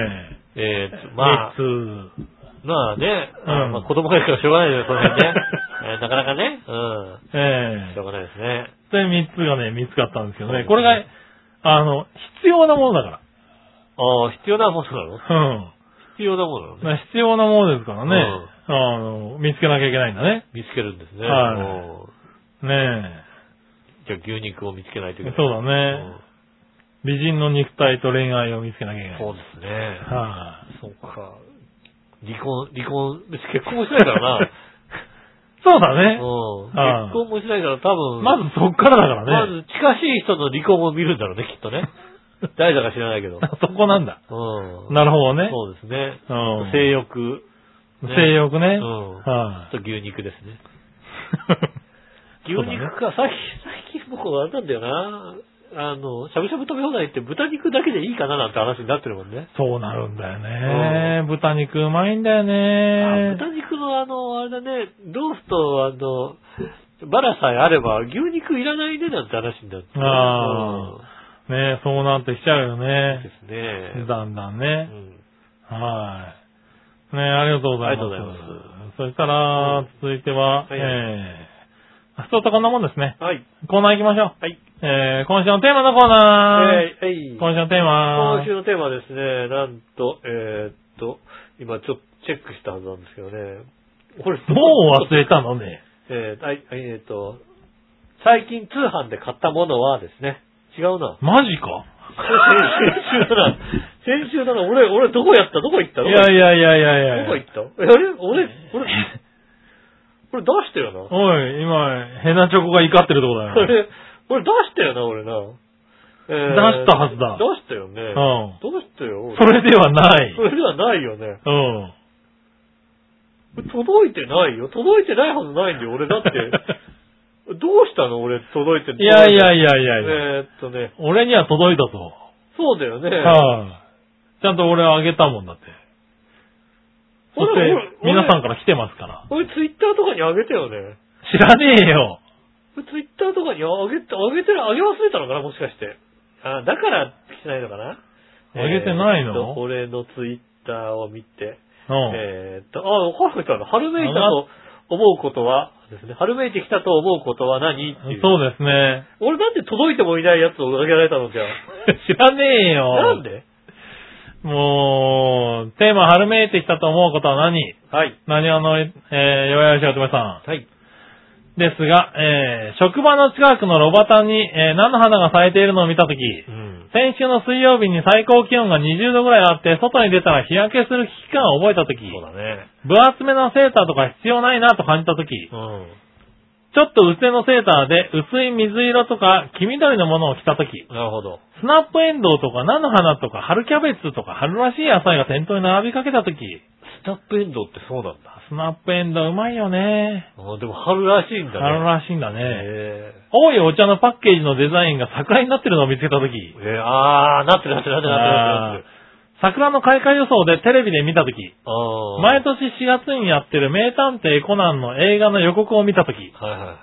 S2: えー
S3: ー
S2: と、まあ、
S3: 三つ
S2: まあね、
S3: うん
S2: まあ子供がいるからしょうがないよね、その辺ね。 えーなかなかね、うん。
S3: え
S2: しょうがないですね。
S3: ーで、三つがね、見つかったんですけど
S2: そうですね
S3: ね。これが、あの、必要なものだか
S2: ああ、必要なものなの
S3: ら。
S2: 必要なものな
S3: う
S2: の
S3: ん。だ
S2: ね。
S3: から必要なものですからね。あの、見つけなきゃいけないんだね。
S2: 見つけるんですね。
S3: はい
S2: うん
S3: ね
S2: じゃあ牛肉を見つけないといけな。
S3: え
S2: い。
S3: そうだ
S2: う
S3: ね
S2: ん。
S3: 美人の肉体と恋愛を見つけなきゃいけない。
S2: そうですね。
S3: は
S2: そうか。離婚、離婚、別に結婚もしないから な。
S3: い。そうだね。
S2: うん
S3: はい
S2: 結婚もしないから多分、
S3: まずそっからだから
S2: ま
S3: ね。
S2: ず近しい人の離婚を見るんだろうね、きっと ね。誰だか知らないけど。
S3: そこなんだ。
S2: うん。
S3: なるほどね。
S2: そうですね。
S3: うん
S2: 性欲。ね
S3: 性欲ね。
S2: うん あ
S3: は
S2: と牛肉ですね。牛肉か、最近、最近もうあれなんだよな。あの、しゃぶしゃぶ食べ放題って豚肉だけでいいかななんて話になってるもんね。
S3: い。そうなるんだよね。豚肉うまいんだよね。
S2: あ豚肉のあの、あれだね、ロースとあの、バラさえあれば牛肉いらないねなんて話になって。
S3: あねそうなってきちゃうよ
S2: うんで
S3: ね。
S2: すね。
S3: だんだん
S2: う
S3: ね。
S2: ん
S3: はい。ねありがとうございます。
S2: ありがとうござい
S3: そしたら、続いては、
S2: はい
S3: えー、普通とこんなもんですね。
S2: はい。
S3: コーナー行きましょう。
S2: はい。
S3: えー、今週のテーマのコーナー。
S2: えーはい
S3: 今週のテーマ
S2: 今週のテーマはですね、なんと、えーっと、今ちょっとチェックしたはずなんですけどね。これ、
S3: もう忘れたのね。
S2: えーはいえーっと、最近通販で買ったものはですね、違うな。
S3: マジか
S2: 先週だ な。先週だな。俺、俺どこやったどこ行ったど
S3: い
S2: こ
S3: やいやいやいやいや
S2: どこ行ったえあれ俺、 俺、俺出したよな。
S3: おい、今、ヘナチョコが怒ってるとこだよ。
S2: 俺、俺出したよな、俺な。え
S3: 出したはずだ
S2: 出したよね。
S3: うん
S2: どうしたよ。俺
S3: それではない
S2: そ。れではないよね。
S3: うん。
S2: 届いてないよ。届いてないはずないんだよ。俺だって。 どうしたの俺届いて
S3: いやいや
S2: い
S3: いやいやいや、
S2: えーっとね。
S3: 俺には届いたぞ。
S2: そうだよね。
S3: はい、ちゃんと俺はあげたもんだって。そし
S2: 俺
S3: て、
S2: 俺
S3: 皆さんから来てますから。
S2: 俺ツイッターとかにあげてよね。
S3: 知らねえよ。
S2: 俺ツイッターとかにあげて、あげてる、あげ忘れたのかなもしかして。あ、だから来てないのかな
S3: あげてない
S2: えーっ
S3: の
S2: と、俺のツイッターを見て。
S3: うん。
S2: えーっと、あ、カフェさんの春めいたと思うことは、ですね。春めいてきたと思うことは何っていう。
S3: そうですね。
S2: 俺なんで届いてもいないやつをあげられたのじゃあ。
S3: 知らねえよ。
S2: なんで
S3: もう、テーマ春めいてきたと思うことは何
S2: はい。
S3: 何あの、えー、弱々しおとめさん。
S2: はい。
S3: ですが、えー、職場の近くの路端に、えー、菜の花が咲いているのを見たとき、
S2: うん。
S3: 先週の水曜日に最高気温が20度ぐらいあって、外に出たら日焼けする危機感を覚えたとき、
S2: そうだね。
S3: 分厚めのセーターとか必要ないなと感じたとき、ち
S2: うん。
S3: ょっと薄手のセーターで薄い水色とか黄緑のものを着たとき、
S2: なるほど。
S3: スナップエンドウとか菜の花とか春キャベツとか春らしい野菜が店頭に並びかけたとき、
S2: スナップエンドウってそうなんだ。
S3: スナップエンドウうまいよね。
S2: あでも春らしいんだね。
S3: 春らしいんだ
S2: ね
S3: ね。
S2: え
S3: 多いお茶のパッケージのデザインが桜になってるのを見つけた
S2: え
S3: とき、
S2: ーあー、なってるなってるなってるなってるなってる。
S3: 桜の開花予想でテレビで見たとき、
S2: あー
S3: 毎年4月にやってる名探偵コナンの映画の予告を見たとき、
S2: はいはいはい。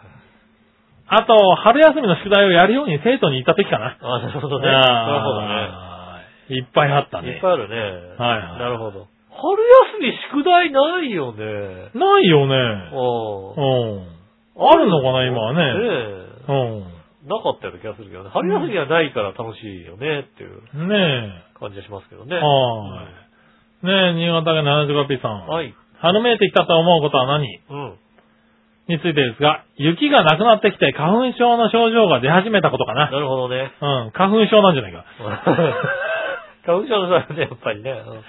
S3: あと、春休みの宿題をやるように生徒に言ったときかな。
S2: あーなるほどね。なるほどね。
S3: あーいっぱいあった
S2: いっ
S3: ね
S2: ぱ。いあるね。
S3: はいはい
S2: なるほど。春休み宿題ないよね。
S3: ないよね。う
S2: あ
S3: ん。あるのかな、今は
S2: あ。
S3: ね。
S2: ねえ。
S3: う。
S2: なかったような気がするけどね。春休みはないから楽しいよねっていうん
S3: ね
S2: 感じがしますけどね。
S3: え。はーい。ねえ、新潟県 75P さん。
S2: はい。
S3: 春めいてきたと思うことは何
S2: うん。
S3: についてですが、雪がなくなってきて花粉症の症状が出始めたことか
S2: な
S3: な。
S2: るほどね。
S3: うん、花粉症なんじゃないか。
S2: 花粉症のさ、ね、やっぱりね。うん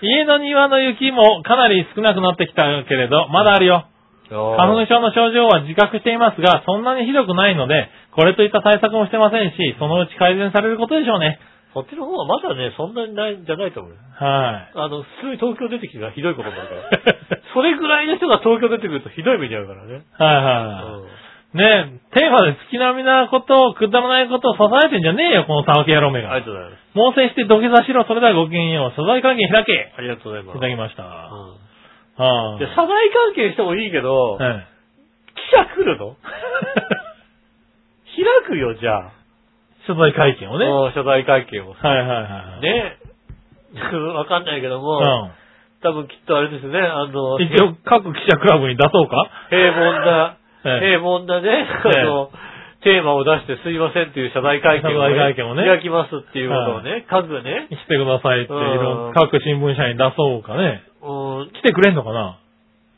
S3: 家の庭の雪もかなり少なくなってきたけれど、まだあるよ。花粉
S2: あー
S3: 症の症状は自覚していますが、そんなにひどくないので、これといった対策もしてませんし、そのうち改善されることでしょうね。
S2: そっちの方はまだね、そんなにないんじゃないと思うよ。
S3: はい。
S2: あの、普通に東京出てきたらひどいことになるから。 それぐらいの人が東京出てくるとひどい目に遭うからね。
S3: はい
S2: うん
S3: はい。ねえ、テーマで好きなみなことを、くだらないことを支えてんじゃねえよ、この沢木野郎め
S2: ありが。と
S3: が
S2: うございます。
S3: 猛省して土下座しろ、それではごきげんよう。素材関係開け。
S2: ありがとうございま
S3: い
S2: す。
S3: ただきまし
S2: う
S3: た。は
S2: ん。
S3: い
S2: で、社内関係してもいいけど、
S3: はい
S2: 記者来 るの開くよ、じゃあ。
S3: 謝罪会見をね。
S2: うん謝罪会見を。
S3: はいはいはいはい。
S2: ね。 わかんないけど
S3: う
S2: も、
S3: ん。
S2: 多分きっとあれですね、あ の、
S3: 一応、各記者クラブに出そうか
S2: 平凡な、
S3: ええ
S2: 平凡なね、
S3: え
S2: あの、テーマを出してすいませんっていう謝罪会見を、
S3: 謝罪会見をね
S2: 開きますっていうことをね、数ね、
S3: 来てくださいって、いろ
S2: うん
S3: ん各新聞社に出そうかね。
S2: うん、
S3: 来てくれんのかな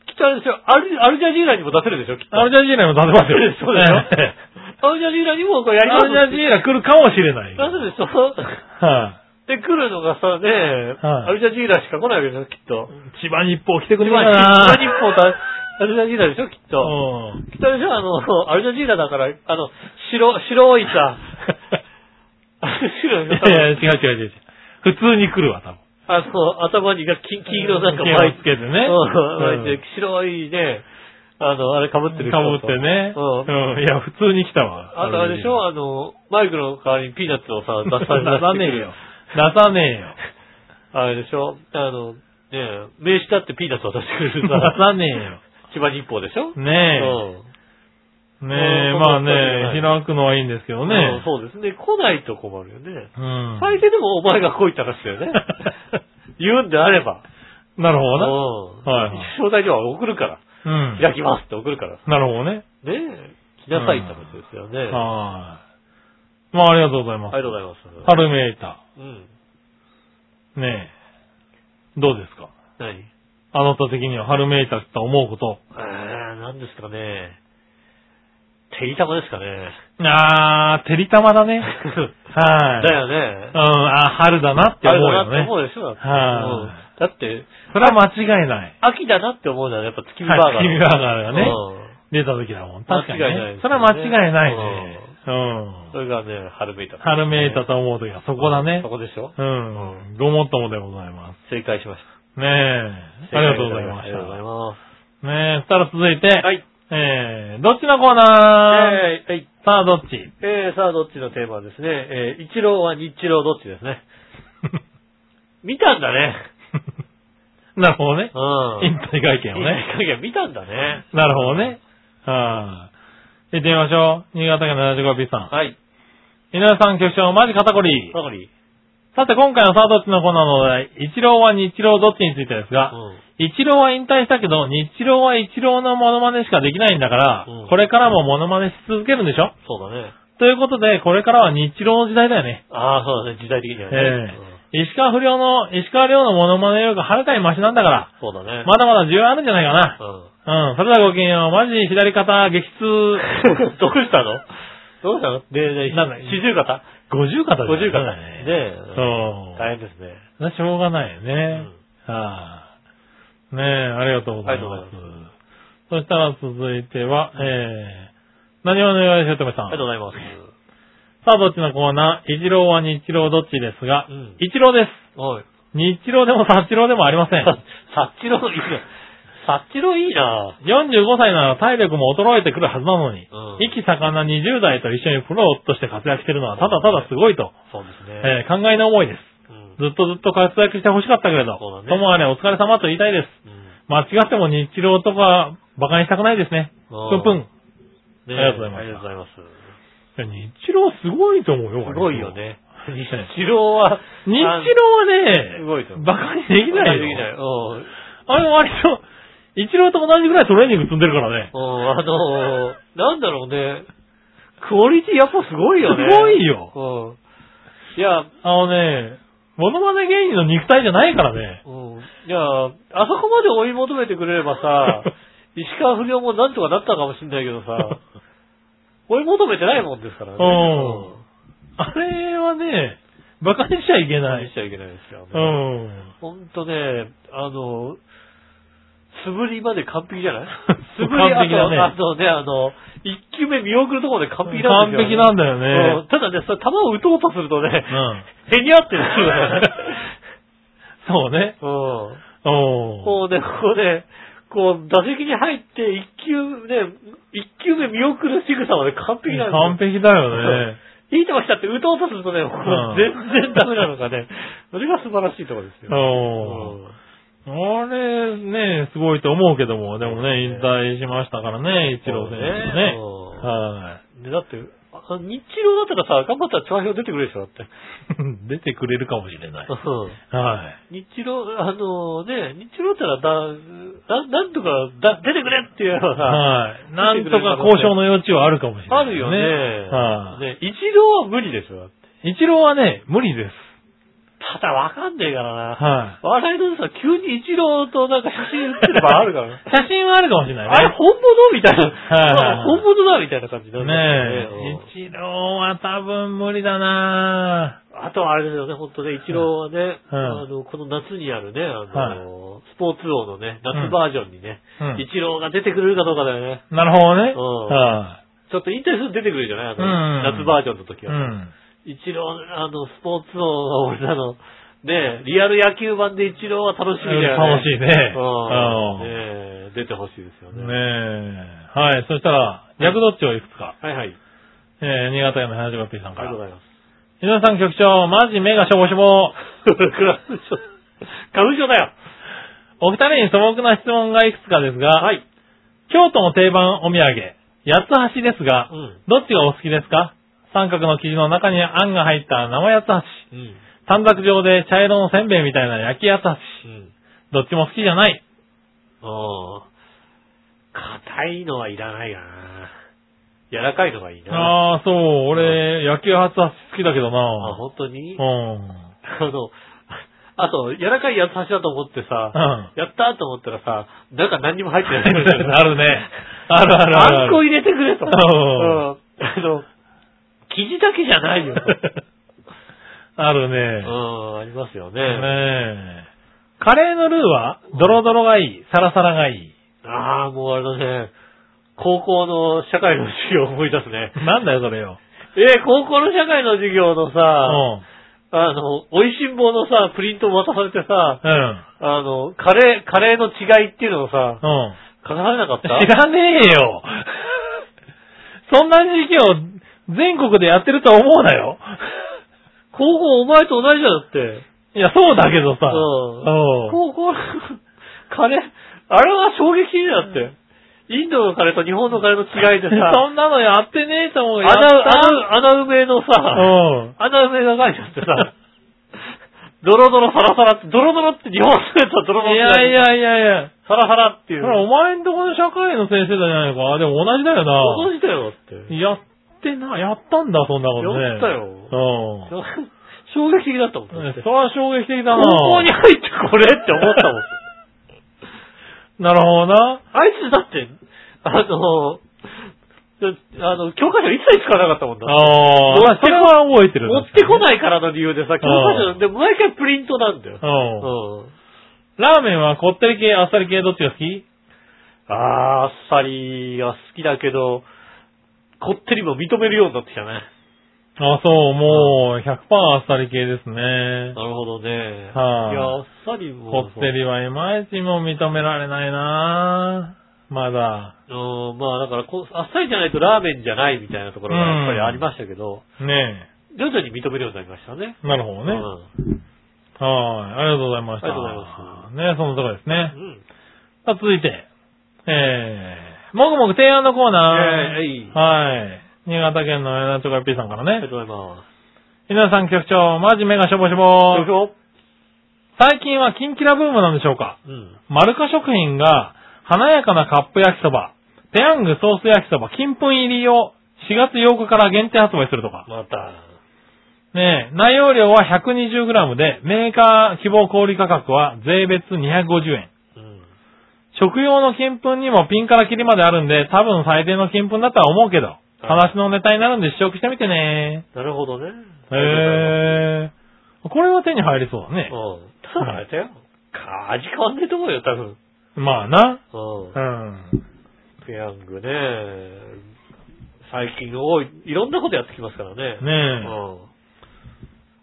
S2: きっとあれですよ、アルアルジャジーラにも出せるでしょ、きっと。。
S3: アルジャジーラにも出せますよ
S2: そうでしょ
S3: え
S2: アルジャジーラにもこうや
S3: え
S2: り
S3: ア
S2: ますって
S3: ルジャジーラ来るかもしれない。
S2: 出せるでし ょ
S3: は
S2: で、来るのがさ、ね、
S3: はい
S2: アルジャジーラしか来ないわけでしょ、きっと。
S3: い。千葉日報来てくれ
S2: 今、
S3: ないかな
S2: 日本だ、アルジャジーラでしょ、きっと。
S3: うん。
S2: 北でしょあの、アルジャジーラだから、あの、白、白いさ、白
S3: い
S2: い
S3: や
S2: の
S3: いや、違う違う違う。普通に来るわ、多分。
S2: あの、頭にが金金色なんか
S3: 気を
S2: 巻い
S3: つ
S2: て、
S3: けてね。
S2: うん巻いて、白いね、あの、あれ被ってる人
S3: かぶってね。
S2: うん。
S3: うん。いや、普通に来たわ。
S2: あとあれでしょあの、マイクの代わりにピーナッツを さ、
S3: 出
S2: 出され
S3: さねえよ。。出さねえよ。
S2: あれでしょあの、ねえ名刺だってピーナッツを出してくれ
S3: 出
S2: るさ、
S3: さね
S2: 千葉日報でしょ
S3: えよ。
S2: うん。
S3: ねえ。
S2: う
S3: ねえ、
S2: ん
S3: まあ
S2: そ
S3: ね
S2: んなことはない
S3: 開くのはいいんですけど
S2: うん
S3: ね。
S2: そうですね。来ないと困るよね。
S3: うん。
S2: 最低でもお前が来いって話だよね。言うんであれば。
S3: なるほどな。
S2: うん。
S3: はいはい
S2: 招待状は送るから。
S3: うん。
S2: 開きますって送るから。
S3: なるほどね。
S2: ねえ。来なさいって話ですよね。あ
S3: はい。まあ、ありがとうございます。
S2: りがとうございます。
S3: パルメータ
S2: うん。
S3: ー。ねえ。どうですか
S2: 何
S3: あなた的にはハルメーターと思うこと。
S2: えー、何ですかね。てりたまですかね。
S3: あー、てりたまだね。はい。
S2: だよ
S3: よ。
S2: ね
S3: うん、。あー春だなって
S2: あ
S3: 思
S2: れだ
S3: う
S2: な
S3: よ
S2: って
S3: ね
S2: 思。うでしょ。だって
S3: はい
S2: うんだって、
S3: それは間違いない。
S2: 秋だなって思うのはやっぱ月見バーガー。
S3: はい月見バーガーがね
S2: うん
S3: 出た時だもん。確かに、ね。
S2: 間違いないですね
S3: それは間違いないね。
S2: それがね、春めいた。
S3: うん。春めいたと思う時はそこだね
S2: そ。こでしょ
S3: うん。ごもっともでございま
S2: 正解しました。
S3: す。ねえ。ありがとうございま
S2: あ
S3: し
S2: り
S3: た
S2: がとうござい。ま
S3: ねえ、そしたら続いて、
S2: す。はい。
S3: えー、どっちのコーナー、
S2: えーはい。
S3: さあ、どっち
S2: えー、さあ、どっちのテーマはですね。えー、一郎は日郎どっちですね。見たんだね。
S3: なるほどね
S2: う。
S3: 引
S2: ん。
S3: 退会見をね。
S2: いや見たんだね。
S3: なるほどね。はい。行ってみましょう。新潟県 75B さん。
S2: はい。
S3: 井上さん局長、マジ肩こり。
S2: わかり
S3: さて、今回のさあどっちのコーナーのお題、一郎は日郎どっちについてです
S2: うん。
S3: が、一郎は引退したけど、日郎は一郎のモノマネしかできないんだから、
S2: うん
S3: これからもモノマネし続けるんでしょ
S2: そうだね。
S3: ということで、これからは日郎の時代だよね。
S2: ああ、そうだね。時代的にはね。
S3: え
S2: うん
S3: え石川不良の、石川亮のモノマネ力がはるかにマシなんだから、
S2: そうだね。
S3: まだまだ需要あるんじゃないかな。
S2: うん。
S3: うん、それではごきげんよう。マジ左肩激痛。
S2: どうしたのどうしたので、で、
S3: なんだ
S2: 四十肩
S3: 50肩
S2: 五十肩
S3: ね。
S2: で、
S3: そう。
S2: 大変ですね。
S3: それはしょうがないよね。
S2: うん
S3: はあ、ねえ、ありがとうござい
S2: あ
S3: ま
S2: りが
S3: す
S2: とう。
S3: そしたら続いては、えー、何をお願いしようとめさ
S2: あり
S3: ん
S2: が。とうございます。
S3: さあ、どっちのコーナー一郎は日郎どっちですが
S2: うん、
S3: 一郎です。
S2: おい。
S3: 日郎でも八郎でもありません。
S2: サッチロいいな。サッチロいいな。
S3: 45歳なら体力も衰えてくるはずなのに
S2: うん、
S3: 意気盛んな20代と一緒にプロとして活躍してるのはただただすごいと、
S2: そうですね。
S3: えー考えの思いです。
S2: うん
S3: ずっとずっと活躍してほしかったけれど、
S2: そうだね
S3: ともあれお疲れ様と言いたいです。
S2: うん
S3: 間違っても日郎とか馬鹿にしたくないですね。
S2: あー
S3: ぷんぷん。
S2: ね
S3: ありがとうございます
S2: ありがとうございます。
S3: 日郎すごいと思うよ。
S2: すごいよ。ね。 日郎は、
S3: 日郎は
S2: すごいと
S3: ね、
S2: 思う
S3: 馬鹿にできないよ。
S2: できない。うん。
S3: あれ割と、一郎と同じぐらいトレーニング積んでるからね。
S2: うん、あのー、なんだろうね。クオリティやっぱすごいよね。
S3: すごいよ。
S2: うん。いや、
S3: あのね、モノマネ芸人の肉体じゃないからね。
S2: うん。いや、あそこまで追い求めてくれれば さ、石川不良もなんとかなったかもしんないけどさ、追い求めてないもんですからね。
S3: うんあれはね、バカにしちゃいけな
S2: 何し
S3: い。
S2: ちゃいけないですよ、ね。
S3: うん。
S2: ほんとね、あの、素振りまで完璧じゃ ない素振り
S3: 完璧だね
S2: あと、あとね、あの、一球目見送るところで完璧なん
S3: 完
S2: です
S3: 璧
S2: よ、
S3: なんだよ
S2: うん
S3: ね。
S2: ただね、それ球を打とうとするとね、
S3: うん。
S2: へにゃってなる
S3: そうね。
S2: よね。うん
S3: お
S2: こうね、こうね、こう、打席に入って、一球ね、一球目見送る仕草まで完璧なんですよ
S3: 完璧だよね。
S2: いいとこ来たって打とうとするとね、もう
S3: うん
S2: 全然ダメなのがね、それが素晴らしいところですよ。
S3: お
S2: うん
S3: あれ、ね、すごいと思うけども、でもね、
S2: そ
S3: 引
S2: う
S3: 退しましたからね、一郎選手もね。
S2: そうね
S3: は
S2: で、だって、あ日露だったらさ、頑張ったら調和票出てくれるでしょ、だって。
S3: い。出てくれるかもしれない。は
S2: うん
S3: い。
S2: 日露、あのね、日露だったらだ、ななんとかだ出てくれっていうのが、
S3: はい。なんとか交渉の余地はあるかもしれない。
S2: あるよね。
S3: はい。
S2: ね、一度は無理でしょ。
S3: 一郎はね、無理です。
S2: ただわかんねえからな。
S3: は
S2: 笑いのさ、急に一郎となんか写真写っ
S3: い。
S2: てる場合あるからね。
S3: 写真はあるかもしれないね。
S2: あれ本物みたい
S3: はいはい
S2: な。
S3: はい
S2: 本物だみたいな感じになるんだよ
S3: ね
S2: うん
S3: え。一郎は多分無理だな
S2: あとはあれですよね、本当ね、一郎はね、
S3: うん
S2: あの、この夏にあるね、あの、スポーツ王のね、夏バージョンにね、
S3: うん
S2: 一郎が出てくれるかどうかだよね。
S3: なるほどね。
S2: うん
S3: は
S2: ちょっと引退すると出てくるじゃないあの、
S3: うん
S2: 夏バージョンの時
S3: い。う
S2: は。
S3: ん。
S2: 一郎、あの、スポーツ王の俺らの、ね、リアル野球版で一郎は楽しみだよね。
S3: 楽しいね
S2: うん。ね出てほしいですよ
S3: ね
S2: ね。
S3: え。はい。そしたら、逆どっちをいくつか。
S2: はいはい。
S3: えー、新潟県の花島 P さん
S2: あ
S3: か
S2: りがとうご
S3: ら。
S2: ざいます。
S3: 皆さん局長、マジ目がしょぼしょぼ。
S2: クラス症。花粉症だよ。
S3: お二人に素朴な質問がいくつかですが、
S2: はい。
S3: 京都の定番お土産、八つ橋ですが、
S2: うん
S3: どっちがお好きですか三角の生地の中にあんが入った生八つ橋。
S2: うん。
S3: 短冊状で茶色のせんべいみたいな焼き八つ
S2: う
S3: 橋。
S2: ん。
S3: どっちも好きじゃない。
S2: ああ。硬いのはいらないかな。柔らかいのがいいな。
S3: ああ、そう、俺、焼き八つ橋好きだけど
S2: あ、
S3: な
S2: 本当に
S3: うん。
S2: あの、あと、柔らかいやつ橋だと思ってさ、
S3: うん。
S2: やったーと思ったらさ、中何にも入ってないのよ。
S3: あるね。あるあるあるあ
S2: あんこ
S3: る。
S2: 入れてくれと。
S3: うん
S2: うんあの、生地だけじゃないよ。
S3: ある
S2: う
S3: ね。
S2: ん、ありますよね。
S3: ねえ。カレーのルーは、ドロドロがいい、サラサラがいい。
S2: ああ、もうあれだね。高校の社会の授業を思い出すね。
S3: なんだよ、それよ。
S2: えー高校の社会の授業の
S3: う
S2: さ、
S3: ん。
S2: あの、美味しん坊のさ、プリントを渡されてさ、
S3: うん。
S2: あの、カレー、カレーの違いっていうのをさ、
S3: うん。
S2: 書かされなか った
S3: 知らねえよ。そんな時期を全国でやってるとは思うなよ。
S2: 高校お前と同じだよって。
S3: いや、そうだけどさ。
S2: うん。高校の カレー、あれは衝撃的だって。インドのカレーと日本のカレーの違いでさ、
S3: そんなのやってねえと思うよ。
S2: 穴、
S3: やった
S2: 穴、穴埋めのさ、
S3: うん。
S2: 穴埋めが書いてあってさ、 ドロドロサラサラって、ドロドロって日本のやつはドロドロ
S3: いやい、やいやいや。
S2: サラサラってい。
S3: そうれお前んとこの社会の先生だじゃないのか。でも同じだ
S2: ご
S3: よな。
S2: 存知だよだって。
S3: やってな、やったんだ、そんなことね。
S2: やった
S3: よ。うん。
S2: 衝撃的だったもん。だって
S3: それは衝撃的だな。
S2: 高校に入ってこれって思ったもん。
S3: なるほどな。
S2: あいつだって、あの、あの、教科書一切使わなかったもんだ。
S3: あ
S2: 持
S3: あ
S2: っ、てこ
S3: それは覚えてる。
S2: 持ってこ
S3: い。
S2: ないからの理由でさ、教科書、で、毎回プリントなんだよ。
S3: うん。
S2: うん。
S3: ラーメンはこってり系、あっさり系、どっちが好き
S2: あー、あっさりが好きだけど、こってりも認めるようになってきたね。
S3: あ、そう、もう、100%あっさり系ですね。
S2: なるほどね。
S3: はい
S2: いや、あっさりも。
S3: こってりはいまいちもう認められないなまだ。
S2: うん、まあだからこう、あっさりじゃないとラーメンじゃないみたいなところがやっぱりありましたけど、
S3: ね
S2: 徐々に認めるようになりましたね。
S3: え。なるほどね。はい。
S2: う
S3: ありがとうございました。
S2: ありがとうございます
S3: ねそのとこですね。
S2: ん。うん。
S3: さあ、続いて。えー、もぐもぐ提案のコーナー。
S2: えー
S3: はい。新潟県のエナチョコ P さんか
S2: あ
S3: ら
S2: りが
S3: ね。
S2: とうございます。
S3: 皆さん局長、マジ目がしょぼしょ
S2: 東
S3: ぼ。
S2: 京
S3: 最近はキンキラブームなんでしょうか
S2: うん。
S3: マルカ食品が、華やかなカップ焼きそば、ペヤングソース焼きそば、金粉入りを4月8日から限定発売するとか。
S2: また。
S3: ねえ、内容量は 120g で、メーカー希望小売価格は税別250円。
S2: うん。
S3: 食用の金粉にもピンからキリまであるんで、多分最低の金粉だとは思うけど、話のネタになるんで試食してみてね。
S2: なるほどね。
S3: へえ。これは手に入りそうだね。
S2: うん。ただあれだよ。か味変わんねえと思うよ、多分。
S3: まあな。
S2: うん
S3: う。ん。
S2: ペヤングね、最近多い、いろんなことやってきますからね。
S3: ね
S2: う
S3: え。
S2: ん。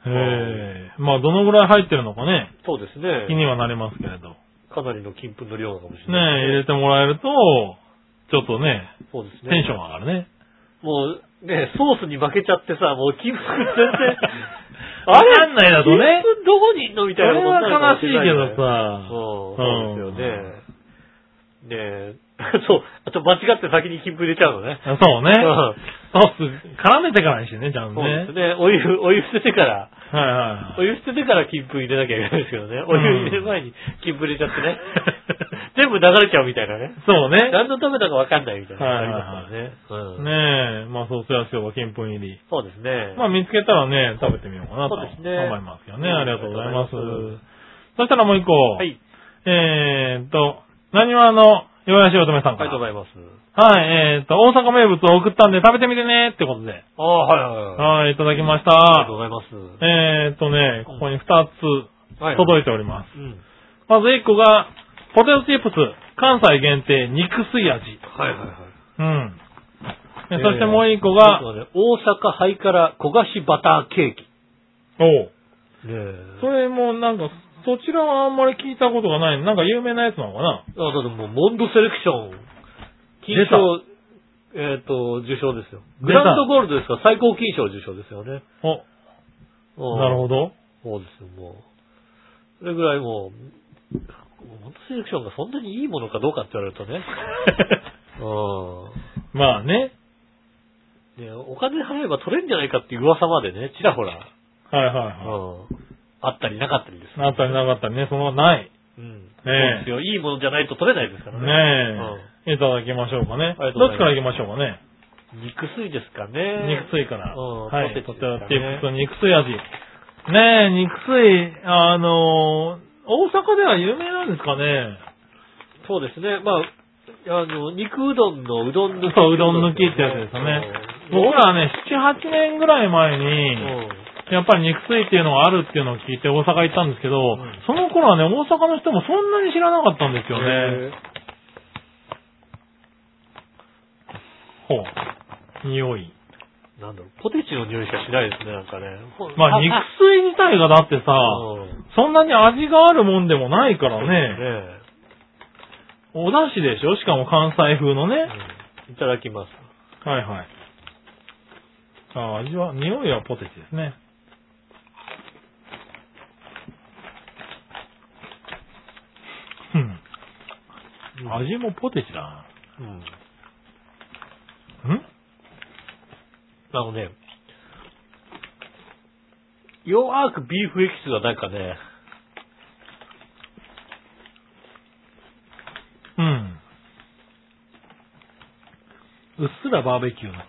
S3: へえ。まあ、どのぐらい入ってるのかね、
S2: そうです
S3: 気
S2: ね。
S3: にはなりますけれど。ね
S2: かなりの金粉の量なのかもしれ
S3: え、
S2: ない。
S3: 入れてもらえると、ちょっとね、
S2: そうですね。
S3: テンション上がるね。。
S2: もう、ね、ソースに負けちゃってさ、もう金粉 全然
S3: わかんないだとね
S2: 金粉どこにいんのみ
S3: そ
S2: たいな
S3: れ
S2: こと
S3: は
S2: になるか
S3: 悲
S2: も
S3: し
S2: し
S3: い
S2: れない
S3: け
S2: よ
S3: ど
S2: ねう
S3: さ。
S2: ん、そうですよね。ねえ。 そう、あと間違って先に金粉入れちゃうのね。
S3: そうね。
S2: うん
S3: ソース絡めてからにしてね、ちゃん
S2: そ
S3: と
S2: う
S3: ね。
S2: ですね。お湯、お湯捨ててから。
S3: はいはい
S2: お
S3: はい。
S2: 湯捨ててから金粉入れなきゃいけないですけどね。お湯入れる前に金粉入れちゃってね。 全部流れちゃうみたいなね。
S3: そうね。
S2: 何のためだかわかんないみたいな。
S3: はい
S2: あり
S3: はい
S2: ますからね。うん
S3: ねえ、まあ、ソースや塩は金粉入り。
S2: そうですね。
S3: まあ、見つけたらね、食べてみようかなと
S2: そう
S3: 思
S2: ですね
S3: いますけどね。ありがとうございます
S2: ありがとうございま。
S3: そしたらもう一個。
S2: はい。
S3: えーっと、何はの、岩橋乙女さん
S2: あ
S3: か
S2: りがとうご
S3: ら。
S2: ざいます。
S3: はい、えーっと、大阪名物を送ったんで食べてみてねってことで。
S2: ああ、はいはいはい。
S3: はい、いただきまし
S2: ありがとうご
S3: た。
S2: ざいま
S3: えーっとね、ここに2つ
S2: す。はい。
S3: 届いております。
S2: うん。
S3: まず1個が、ポテトチップス、関西限定肉吸い味。
S2: はいはいはい。
S3: うん。え
S2: えー
S3: そしてもう1個
S2: あと
S3: が、
S2: はね、大阪ハイカラ焦がしバターケーキ。
S3: おう
S2: ね
S3: それもなんか、そちらはあんまり聞いたことがない。なんか有名なやつなのかな
S2: え。あ、だってもう、モンドセレクション。金賞、えっ、と、受賞ですよ。
S3: 出た
S2: グランドゴールドですから、最高金賞受賞ですよね。
S3: お、なるほ
S2: ど。 そ
S3: ど。
S2: うですよ、もう。それぐらいもう、モンドセレクションがそんなにいいものかどうかって言われるとね。う
S3: まあね。
S2: ん。ねお金払えば取れるんじゃないかっていう噂までね、ちらほら、
S3: はいはいうは
S2: ん。あったりなかったりです
S3: い。なったりなかったりね、そのない。
S2: うん。そう
S3: え
S2: ですよ。いいものじゃないと取れないですからね。
S3: ねえ。いただきましょうかね。
S2: ありがとうご
S3: どっ
S2: ざいます
S3: ちから行きましょうかね。
S2: 肉水ですかね。
S3: 肉吸いから。
S2: うん
S3: はい。
S2: ポ
S3: ポ
S2: テ
S3: テ
S2: チです
S3: ト
S2: かね
S3: チップス肉吸い味。ねえ、肉吸い、あのー大阪では有名なんですかね。
S2: そうですね。まあ、あの、肉うどんのうどん抜き。
S3: そう、うどん抜きってやつですよね。
S2: うん
S3: 僕らはね、7、8年ぐらい前に、やっぱり肉吸いっていうのがあるっていうのを聞いて大阪行ったんですけど、
S2: ん
S3: その頃はね、大阪の人もそんなに知らなかったんです
S2: うん
S3: よね。
S2: へ
S3: ほう。匂い。
S2: えなんだろう、ポテチの匂いしかしないですね、なんかね。ほ
S3: まあ、肉吸い自体がだってさ、
S2: うん
S3: そんなに味があるもんでもないからね、
S2: ね
S3: お出汁でしょしかも関西風のね。
S2: えうんいただきます。
S3: はいはい。あ味は、匂いはポテチですね。うん。味もポテチだな。
S2: うん
S3: ん
S2: あのね、弱くビーフエキスがなんかね、
S3: うん。うっすらバーベキューな感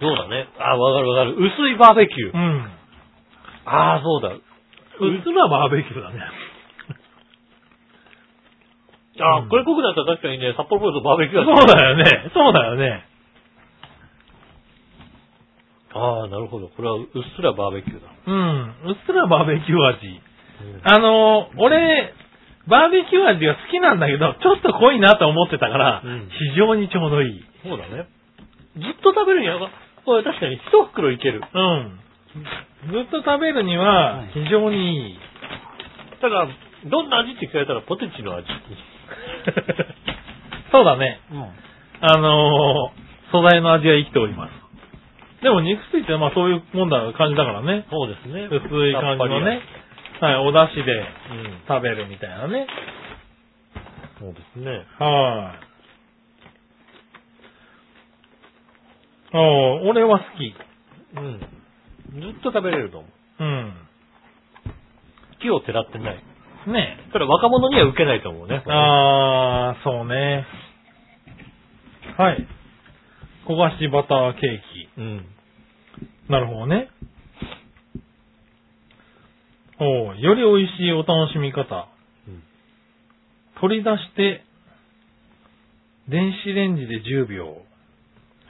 S2: そうだね。あ、わかるわかる。薄いバーベキュー。
S3: じ。うん。
S2: ああ、そうだ。
S3: うっすらバーベキューだね。
S2: あ、
S3: うん
S2: これ濃くなったら確かにね、札幌ポテトバーベキ
S3: そ
S2: ュー
S3: う
S2: だね
S3: だよね。そうだよね。
S2: ああ、なるほど。これはうっすらバーベキューだ。
S3: うん。うっすらバーベキュー味。あのー俺、バーベキュー味が好きなんだけど、ちょっと濃いなと思ってたから、
S2: うん
S3: 非常にちょうどいい。
S2: そうだね。ずっと食べるには、これ確かに一袋いける。
S3: うん。ずっと食べるには
S2: はい、
S3: 非常にい い。
S2: ただ、どんな味って聞かれたらポテチの味。
S3: そうだね。
S2: うん。
S3: あのー素材の味は生きております。でも肉吸いってまあそういうもんだ感じだからね。
S2: そうですね。
S3: 薄い感じのね。はい、お出汁で
S2: さっぱり。うん。
S3: 食べるみたいなね。
S2: そうですね。
S3: はい、あ。俺は好き。
S2: うん。ずっと食べれると思う。
S3: うん。
S2: 木をてらってない。
S3: ね
S2: ただ若者には受けないと思うね。
S3: え。あー、そうね。はい。焦がしバターケー
S2: うん。
S3: キ。なるほどね。おうより美味しいお楽しみ方。
S2: うん
S3: 取り出して、電子レンジで10秒。へ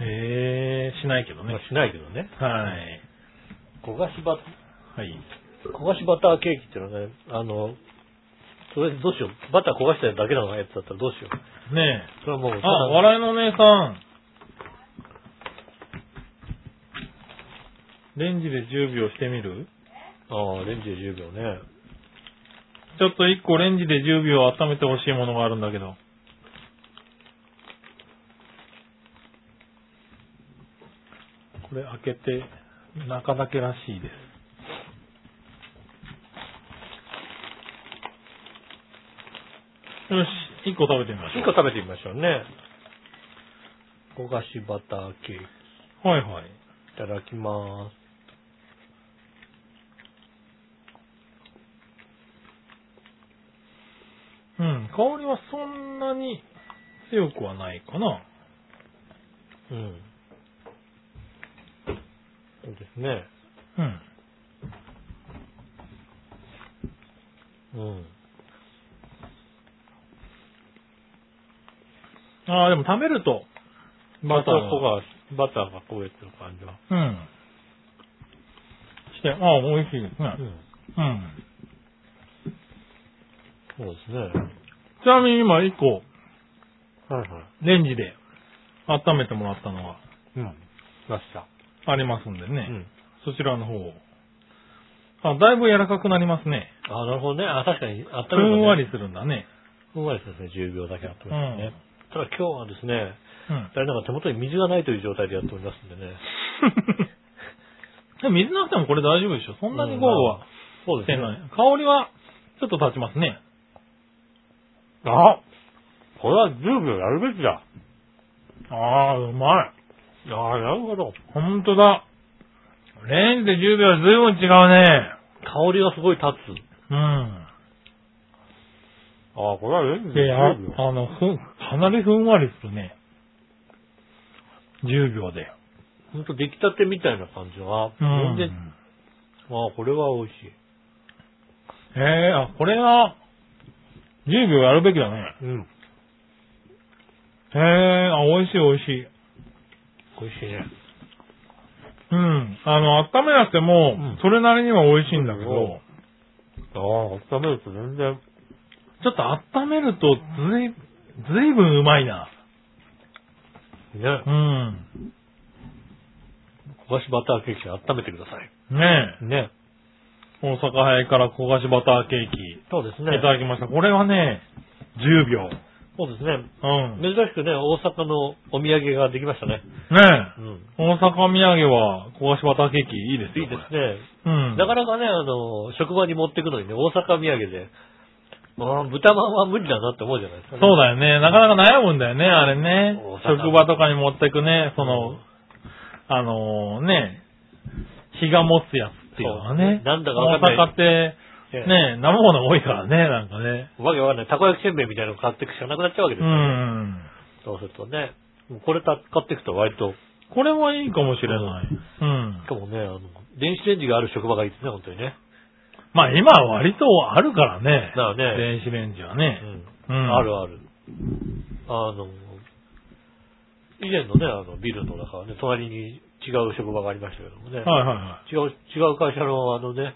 S3: えー、しないけど
S2: まあ
S3: ね。
S2: しないけどね。
S3: はい。
S2: 焦がしバ
S3: はい。
S2: 焦がしバターケーキっていうのはね、あの、それどうしよう。バター焦がしただけのやつだったらどうしよう。
S3: ねえ。
S2: それはもう、
S3: あ、笑いのお姉さん。レンジで10秒してみる
S2: ああ、レンジで10秒ね。
S3: ちょっと1個レンジで10秒温めてほしいものがあるんだけど。これ開けて、中だけらしいです。よし、1個食べてみましょ
S2: 1
S3: う。
S2: 個食べてみましょうね。焦がしバターケーキ。い
S3: はいはい。
S2: ただきまーす。
S3: うん、香りはそんなに強くはないかな。
S2: うん。そうですね。
S3: うん。
S2: うん。
S3: ああ、でも食べると、
S2: バ
S3: バ
S2: タ
S3: タ
S2: ー
S3: ー
S2: と
S3: が、
S2: か、バターがこうやってる感じは。
S3: うん。して、ああ、美味しいです
S2: う
S3: ね。
S2: ん。
S3: うん。
S2: そうですね。
S3: ちなみに今1個、
S2: はいはい。
S3: レンジで温めてもらったのが
S2: うん。出した。
S3: ありますんで
S2: う
S3: ね。
S2: ん。
S3: そちらの方を。あ、だいぶ柔らかくなりますね。
S2: あ、なるほどね。あ、確かに、あった
S3: ふ
S2: める
S3: ん
S2: と
S3: わ
S2: ね
S3: りするんだね。
S2: ふんわりですね。10秒だけあっためるとね。ただ今日はですね、
S3: うん。
S2: 誰なんか手元に水がないという状態でやっておりますんでね。
S3: でも水なくてもこれ大丈夫でしょそんなに
S2: うん
S3: 豪度は
S2: そう
S3: し
S2: で
S3: て
S2: す
S3: な
S2: ね。
S3: い。香りはちょっと立ちますね。
S2: あこれは10秒やるべきだ。
S3: ああ、うまい。
S2: ああ、なるほど。
S3: ほんとだ。レンジで10秒は随分違うね。
S2: 香りがすごい立つ。
S3: うん。
S2: ああ、これはレンジ
S3: で、あ
S2: 10秒。
S3: あの、ふん、かなりふんわりするね。10秒で。
S2: ほんと出来たてみたいな感じは、
S3: うん。
S2: 全然、ああ、これは美味しい。
S3: ええあ、これが、10秒やるべきだね。
S2: うん。
S3: へえあ、美味しい美味しい。
S2: 美味しいね。
S3: うん。あの、温めなくても、
S2: うん
S3: それなりには美味しいんだけど、
S2: うんああ、温めると全然、
S3: ちょっと温めると、ずい、ずいぶんうまいな。
S2: ね
S3: う、ん。
S2: 焦がしバターケーキ温めてください。
S3: ねえ。
S2: ね。
S3: 大阪杯から焦がしバターケーキ、
S2: そうです
S3: いただきました。これはね、10秒。
S2: そうですね。
S3: うん。ね
S2: 珍しくね、大阪のお土産ができましたね。
S3: え。
S2: うん。
S3: 大阪土産は焦がしバターケーキいいです
S2: い
S3: よ。
S2: いです
S3: こ
S2: ね。
S3: れ。うん。
S2: なかなかね、あの、職場に持ってくのにね、大阪土産で、ああ、豚まんは無理だなって思うじゃないですか、
S3: そうだよね。なかなか悩むんだよね、あれね
S2: 大。阪
S3: 職場とかに持ってくね、そ
S2: うん
S3: の、あのーね、日が持つやつっていうのはね。
S2: そうなんだかわかんない
S3: 大阪って、
S2: ええ
S3: ね、生もの多いからね、なんかね。
S2: わけわかんない。たこ焼きせんべいみたいなの買っていくしかなくなっちゃうわけで
S3: う
S2: すよね、
S3: ん。
S2: そうするとね、もうこれた買っていくと割と、
S3: これはいいかもしれない。うん
S2: し。かもね、あの、電子レンジがある職場がいいですね、本当にね。
S3: まあ今は割とあるからね。
S2: だからね
S3: 電子レンジは
S2: う
S3: ね。
S2: ん。
S3: うん。
S2: あるある。あの、以前のね、あの、ビルの中はね、隣に違う職場がありましたけどもね、
S3: はいは
S2: 違う、違う会社のあのね、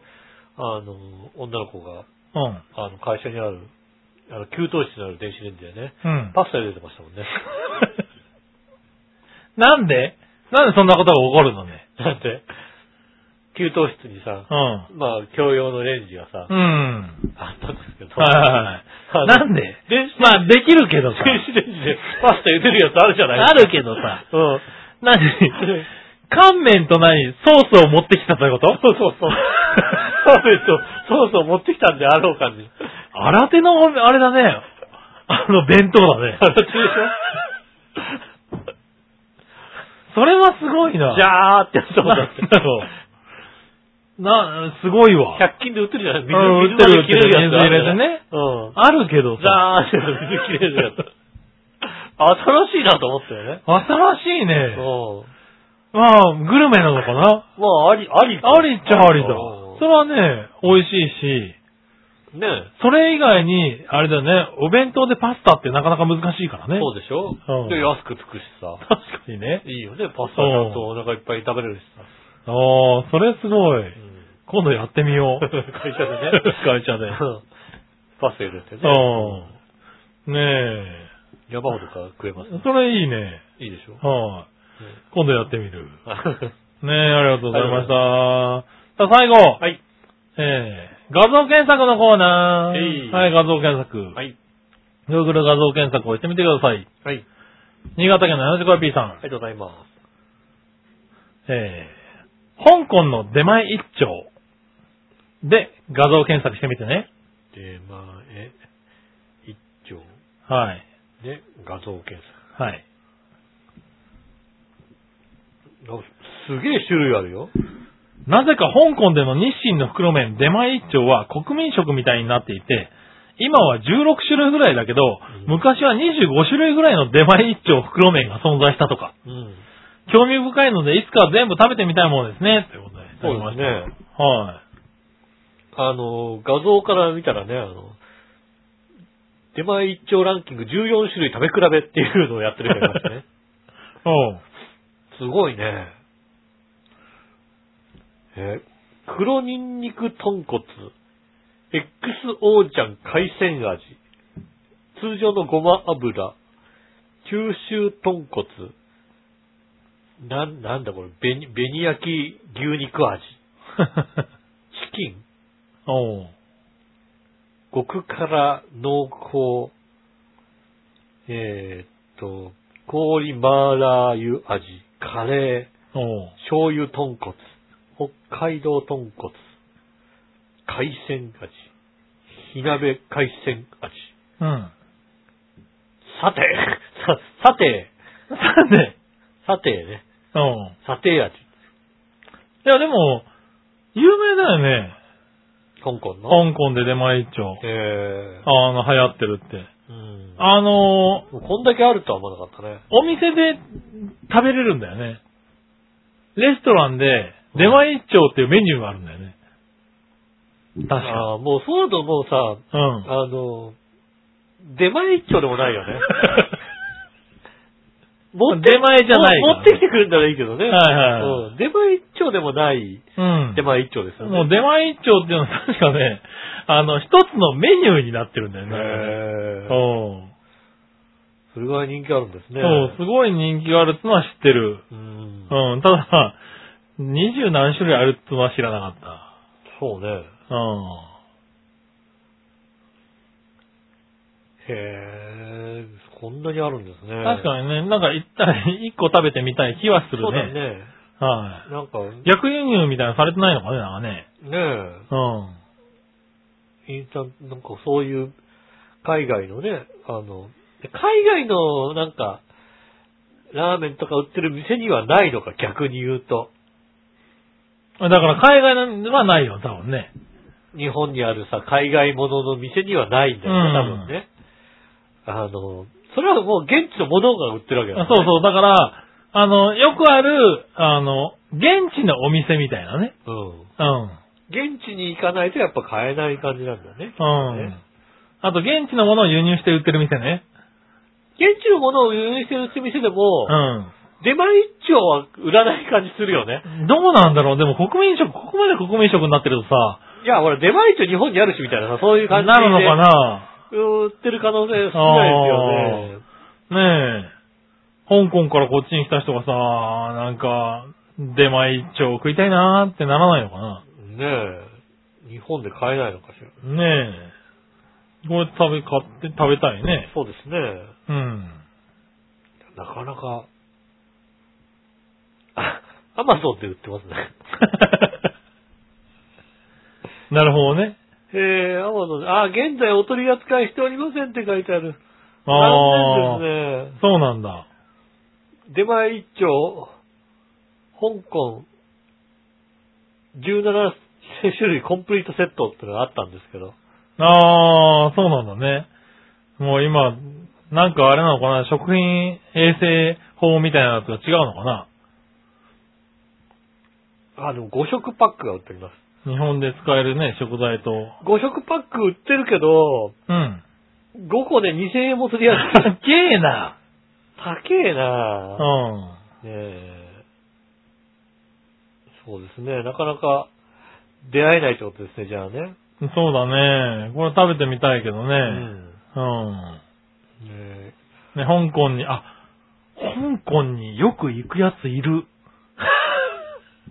S2: あの、女の子が、
S3: いはい。
S2: あの、会社にある、あの、給湯室のある電子レンジでね、
S3: うん。うん。
S2: パスタ茹でてましたもん ね。
S3: なんでなんでそんなことが起こるのね。
S2: だって、給湯室にさ、
S3: うん。
S2: まあ、共用のレンジがさ
S3: う、ん。
S2: あったんですけど、
S3: はいはいはい。
S2: あの
S3: なんで
S2: 電子
S3: まあ、できるけどさ。
S2: 電子レンジでパスタ茹でるやつあるじゃない
S3: あるけどさ。
S2: うん。
S3: 何乾麺と何ソースを持ってきたということ
S2: そうそうそう。そうですよそうそう、持ってきたんであろうかね。
S3: 新手の、あれだね。あの、弁当だね。
S2: 新手でし
S3: それはすごいな。
S2: じゃーってやったもんだって
S3: なんだろう。な、すごいわ。
S2: 100均で売ってるじゃない
S3: うん
S2: 水、水まで切れるやつ
S3: 売って
S2: ある
S3: る売ってる
S2: じゃないうん。
S3: あるけど
S2: じ
S3: さ。
S2: ゃーって水切れるやつ。新しいなと思ったよね。
S3: 新しいね。
S2: う。
S3: まあ、グルメなのかなん
S2: まあ、あり、あり。
S3: ありっちゃありだ
S2: うん。
S3: それはね、美味しいし。
S2: ねえ。
S3: それ以外に、あれだよね、お弁当でパスタってなかなか難しいからね。
S2: そうでしょ
S3: うん
S2: で、安くつくしさ。
S3: 確かにね。
S2: いいよね、パスタちゃんとお腹いっぱい食べれるしさ。
S3: ああ、それすご
S2: う
S3: い。
S2: ん
S3: 今度やってみよ う。
S2: 会社でね
S3: 会社で。
S2: うんパスタ入れてね。
S3: うん。ね
S2: 山ほどか食えますね
S3: え。。それいいね。
S2: いいでしょ
S3: はい、
S2: うん
S3: 今度やってみる。
S2: は
S3: ねえ、ありがとうございました。さあ、最後。
S2: い。
S3: えー画像検索のコーナー。
S2: えい
S3: はい、画像検索。
S2: はい。
S3: Google 画像検索をしてみてください。
S2: はい。
S3: 新潟県の 75P さん。
S2: ありがとうございま
S3: えー香港の出前一丁で画像検索してみてね。
S2: す。出前、一丁
S3: はい。
S2: で画像検
S3: はい。
S2: 索。あすげえ種類あるよ。
S3: なぜか香港での日清の袋麺出前一丁は国民食みたいになっていて、今は16種類ぐらいだけど、
S2: うん
S3: 昔は25種類ぐらいの出前一丁袋麺が存在したとか。
S2: うん。
S3: 興味深いので、いつかは全部食べてみたいものですね。ということで。
S2: そうですね
S3: いただきました。はい。
S2: あの、画像から見たらね、あの、出前一丁ランキング14種類食べ比べっていうのをやってる人いましたね。
S3: おう
S2: すごいね。え、黒ニンニク豚骨、XO ちゃん海鮮味、通常のごま油、九州豚骨、なん、なんだこれ、紅紅焼き牛肉味、チキン、
S3: おう
S2: 極辛濃厚、えーっと、氷マーラー油味、カレー、
S3: おう
S2: 醤油豚骨、北海道豚骨、海鮮味、火鍋海鮮味。
S3: うん。
S2: さて、さ、さて、
S3: なんで
S2: さてね、
S3: おう
S2: さて味。
S3: いや、でも、有名だよね。
S2: 香港の。
S3: 香港で出前一丁。
S2: え
S3: あの、流行ってるって。
S2: ー、うん。
S3: あのー、
S2: もうこんだけあるとは思わなかったね。
S3: お店で食べれるんだよね。レストランで出前一丁っていうメニューがあるんだよね。確か。
S2: あーもうそうだともうさ、
S3: うん。
S2: あ の、出前一丁でもないよね。持って
S3: 出前じゃないからね
S2: 持ってきてくれたらいいけどね。
S3: はいはいは
S2: うん出前一丁でもない
S3: うん。
S2: 出前一丁ですよね。
S3: もう出前一丁っていうのは確かね、あの、一つのメニューになってるんだよね
S2: へ。ー
S3: おう
S2: それぐらい人気あるんですね。
S3: そう、すごい人気があるってのは知ってる。
S2: うん。
S3: うん。ただ、二十何種類あるってのは知らなか
S2: そうね。
S3: った。うん。
S2: へえ、こんなにあるんですね。
S3: 確かにね、なんか一体一個食べてみたい気はするね。
S2: そうだね。
S3: は
S2: なんか、
S3: い。逆輸入みたいなのされてないのかね、なんかね。
S2: ね
S3: うん。
S2: え、インスタント、なんかそういう、海外のね、あの、海外のなんか、ラーメンとか売ってる店にはないのか、逆に言うと。
S3: だから海外のはないよ、多分ね。
S2: 日本にあるさ、海外ものの店にはないんだよね、多分ね。あの、それはもう現地のものが売ってるわけだ
S3: あ
S2: から
S3: そうそう、だから、あの、よくある、あの、現地のお店みたいなね。
S2: そう。うん。
S3: うん。
S2: 現地に行かないとやっぱ買えない感じなんだね。
S3: うん。あと、現地のものを輸入して売ってる店ね。
S2: 現地のものを輸入してる店でも、
S3: う
S2: 出前一丁は売らない感じするよね。
S3: ん。どうなんだろうでも国民食、ここまで国民食になってるとさ、
S2: いや、ほら、出前一丁日本にあるしみたいなさ、そういう感じで。
S3: なるのかな
S2: 売ってる可能性少ないですよね。
S3: ねえ。香港からこっちに来た人がさ、なんか、出前一丁食いたいなーってならないのかな
S2: ねえ。日本で買えないのかしら。
S3: ねえ。これ食べ、買って食べたいね。
S2: そうですね。
S3: うん。
S2: なかなか。あ、アマゾンで売ってます ね。
S3: なるほどね。
S2: えー、アマゾンで。あ、現在お取り扱いしておりませんって書いてある。
S3: ああ、
S2: 残念ですね。
S3: そうなんだ。
S2: 出前一丁、香港、17種類コンプリートセットってのがあったんですけど。
S3: ああ、そうなんだね。もう今、なんかあれなのかな食品衛生法みたいなやつが違うのかな
S2: あ、でも5食パックが売っております。
S3: 日本で使えるね、食材と。
S2: 5食パック売ってるけど、
S3: うん。
S2: 5個で2000円もするやつ。
S3: 高えな。
S2: 高え
S3: う
S2: なぁ。
S3: ん。
S2: ねえ。そうですね、なかなか出会えないってことですね、じゃあね。
S3: そうだね。これ食べてみたいけどね。
S2: うん。
S3: うん。
S2: ねえ
S3: ね、香港に、あ、香港によく行くやついる。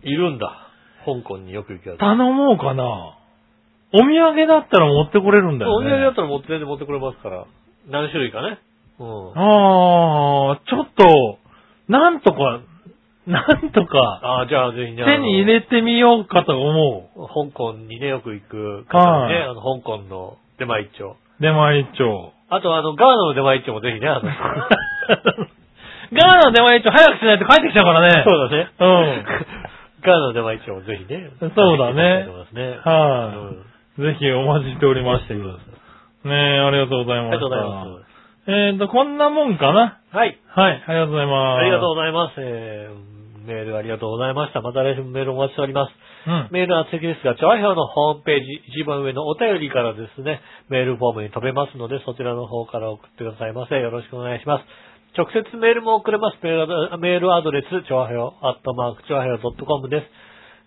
S2: いるんだ。香港によく行くやつ。
S3: 頼もうかな。お土産だったら持ってこれるんだよ
S2: お
S3: ね。
S2: 土産だったら持って全然持ってこれますから。何種類かね。うん。
S3: ああ、ちょっと、なんとか、なんとか、
S2: ああ、じゃあぜひね。
S3: 手に入
S2: れ
S3: れてみようかと思
S2: 香港にね、よく行く方
S3: は
S2: ね、
S3: い
S2: あの、香港の出前一丁。
S3: う。出前一 丁。
S2: あと、あの、ガーナの出前一丁もぜひね、 あの、
S3: ガーナの出前一丁早くしないと帰ってきちゃうからね。
S2: そうだね。
S3: うん。
S2: ガーナの出前一丁もぜひね。
S3: そうだ
S2: 食べていただきたい
S3: ね
S2: と思いますね。
S3: はい、
S2: うん
S3: ぜひお待ちしておりましてください。ねえ、ありがとうござい
S2: あ
S3: ま
S2: り
S3: した。
S2: がとうございま
S3: えーと、こんなもんかな。
S2: す。はい。
S3: はい、ありがとうございます。
S2: ありがとうございます。えーメールありがとうございました。また来週もメールお待ちしております。
S3: うん。
S2: メールは次ですが、チョアヘオのホームページ、一番上のお便りからですね、メールフォームに飛べますので、そちらの方から送ってくださいませ。よろしくお願いします。直接メールも送れます。メールアドメールアドレス、チョアヘオ、アットマーク、チョアヘオ .com です。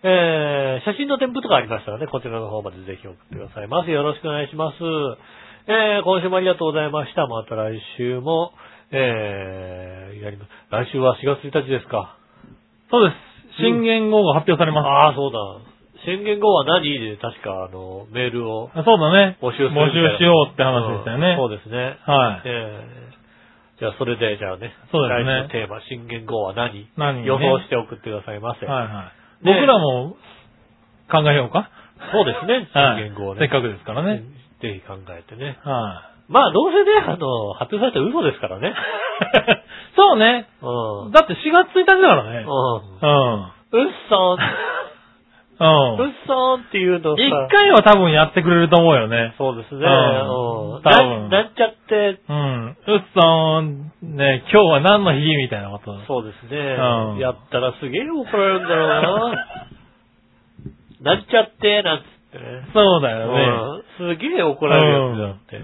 S2: えー、写真の添付とかありましたらね、こちらの方までぜひ送ってくださいませ。よろしくお願いします。えー、今週もありがとうございました。また来週も、えー、やります。来週は4月1日ですか。
S3: そうです。新元号が発表されま
S2: ああ、そうだ。宣言後は何で確か、あの、メールを
S3: す。そうだね。
S2: 募集するみたい
S3: 募
S2: な
S3: 集しようって話でしたよね。
S2: うんそうですね。
S3: はい。
S2: ええじゃあ、それで、じゃあね。
S3: そうですね
S2: 来週のテーマ、新元号は何
S3: 何ね
S2: 予想して送ってくださいませ。
S3: はいはい。
S2: で
S3: 僕らも考えようか。
S2: そうですね。
S3: は
S2: 新
S3: い
S2: 元号。ね。
S3: せっかくですからね。
S2: ぜひ考えてね。
S3: はい。
S2: まあ、どうせね、あの、発表されたら嘘ですから ね。
S3: そうね。
S2: うん。
S3: だって4月1日だからね。
S2: うん。
S3: うん。
S2: うっそーん。 う
S3: う。
S2: んっそーんっていうのさ。
S3: 一回は多分やってくれると思うよね。
S2: そうですね。うん。
S3: うん多
S2: な
S3: 分
S2: なんちゃって、
S3: うん。うっそーん、ね、今日は何の日みたいなこと。
S2: そうですね。
S3: うん
S2: やったらすげえ怒られるんだろうな。なっちゃって、なんつってね。
S3: そうだよ
S2: うんすげえ怒られるやつだって。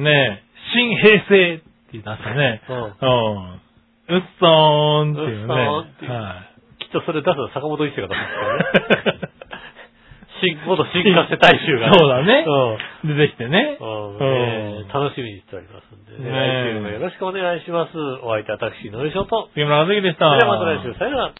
S3: ね。ね新平成って言ったんですよね。
S2: うん
S3: うん。うっそーんってい
S2: うっ
S3: うね。
S2: そーんっていう
S3: は
S2: きっとそれ出すの坂本一世が出すんです からね。
S3: い。
S2: 新、元新化世大衆が、
S3: そうだね
S2: うん
S3: 出てきてね。
S2: うん
S3: うん
S2: ねえ楽しみにしておりますんでね。
S3: ねえ
S2: 来週もよろしくお願いします。お相手は私、のりしょと。
S3: 杉村和樹でした。
S2: それではまた来週、さよなら。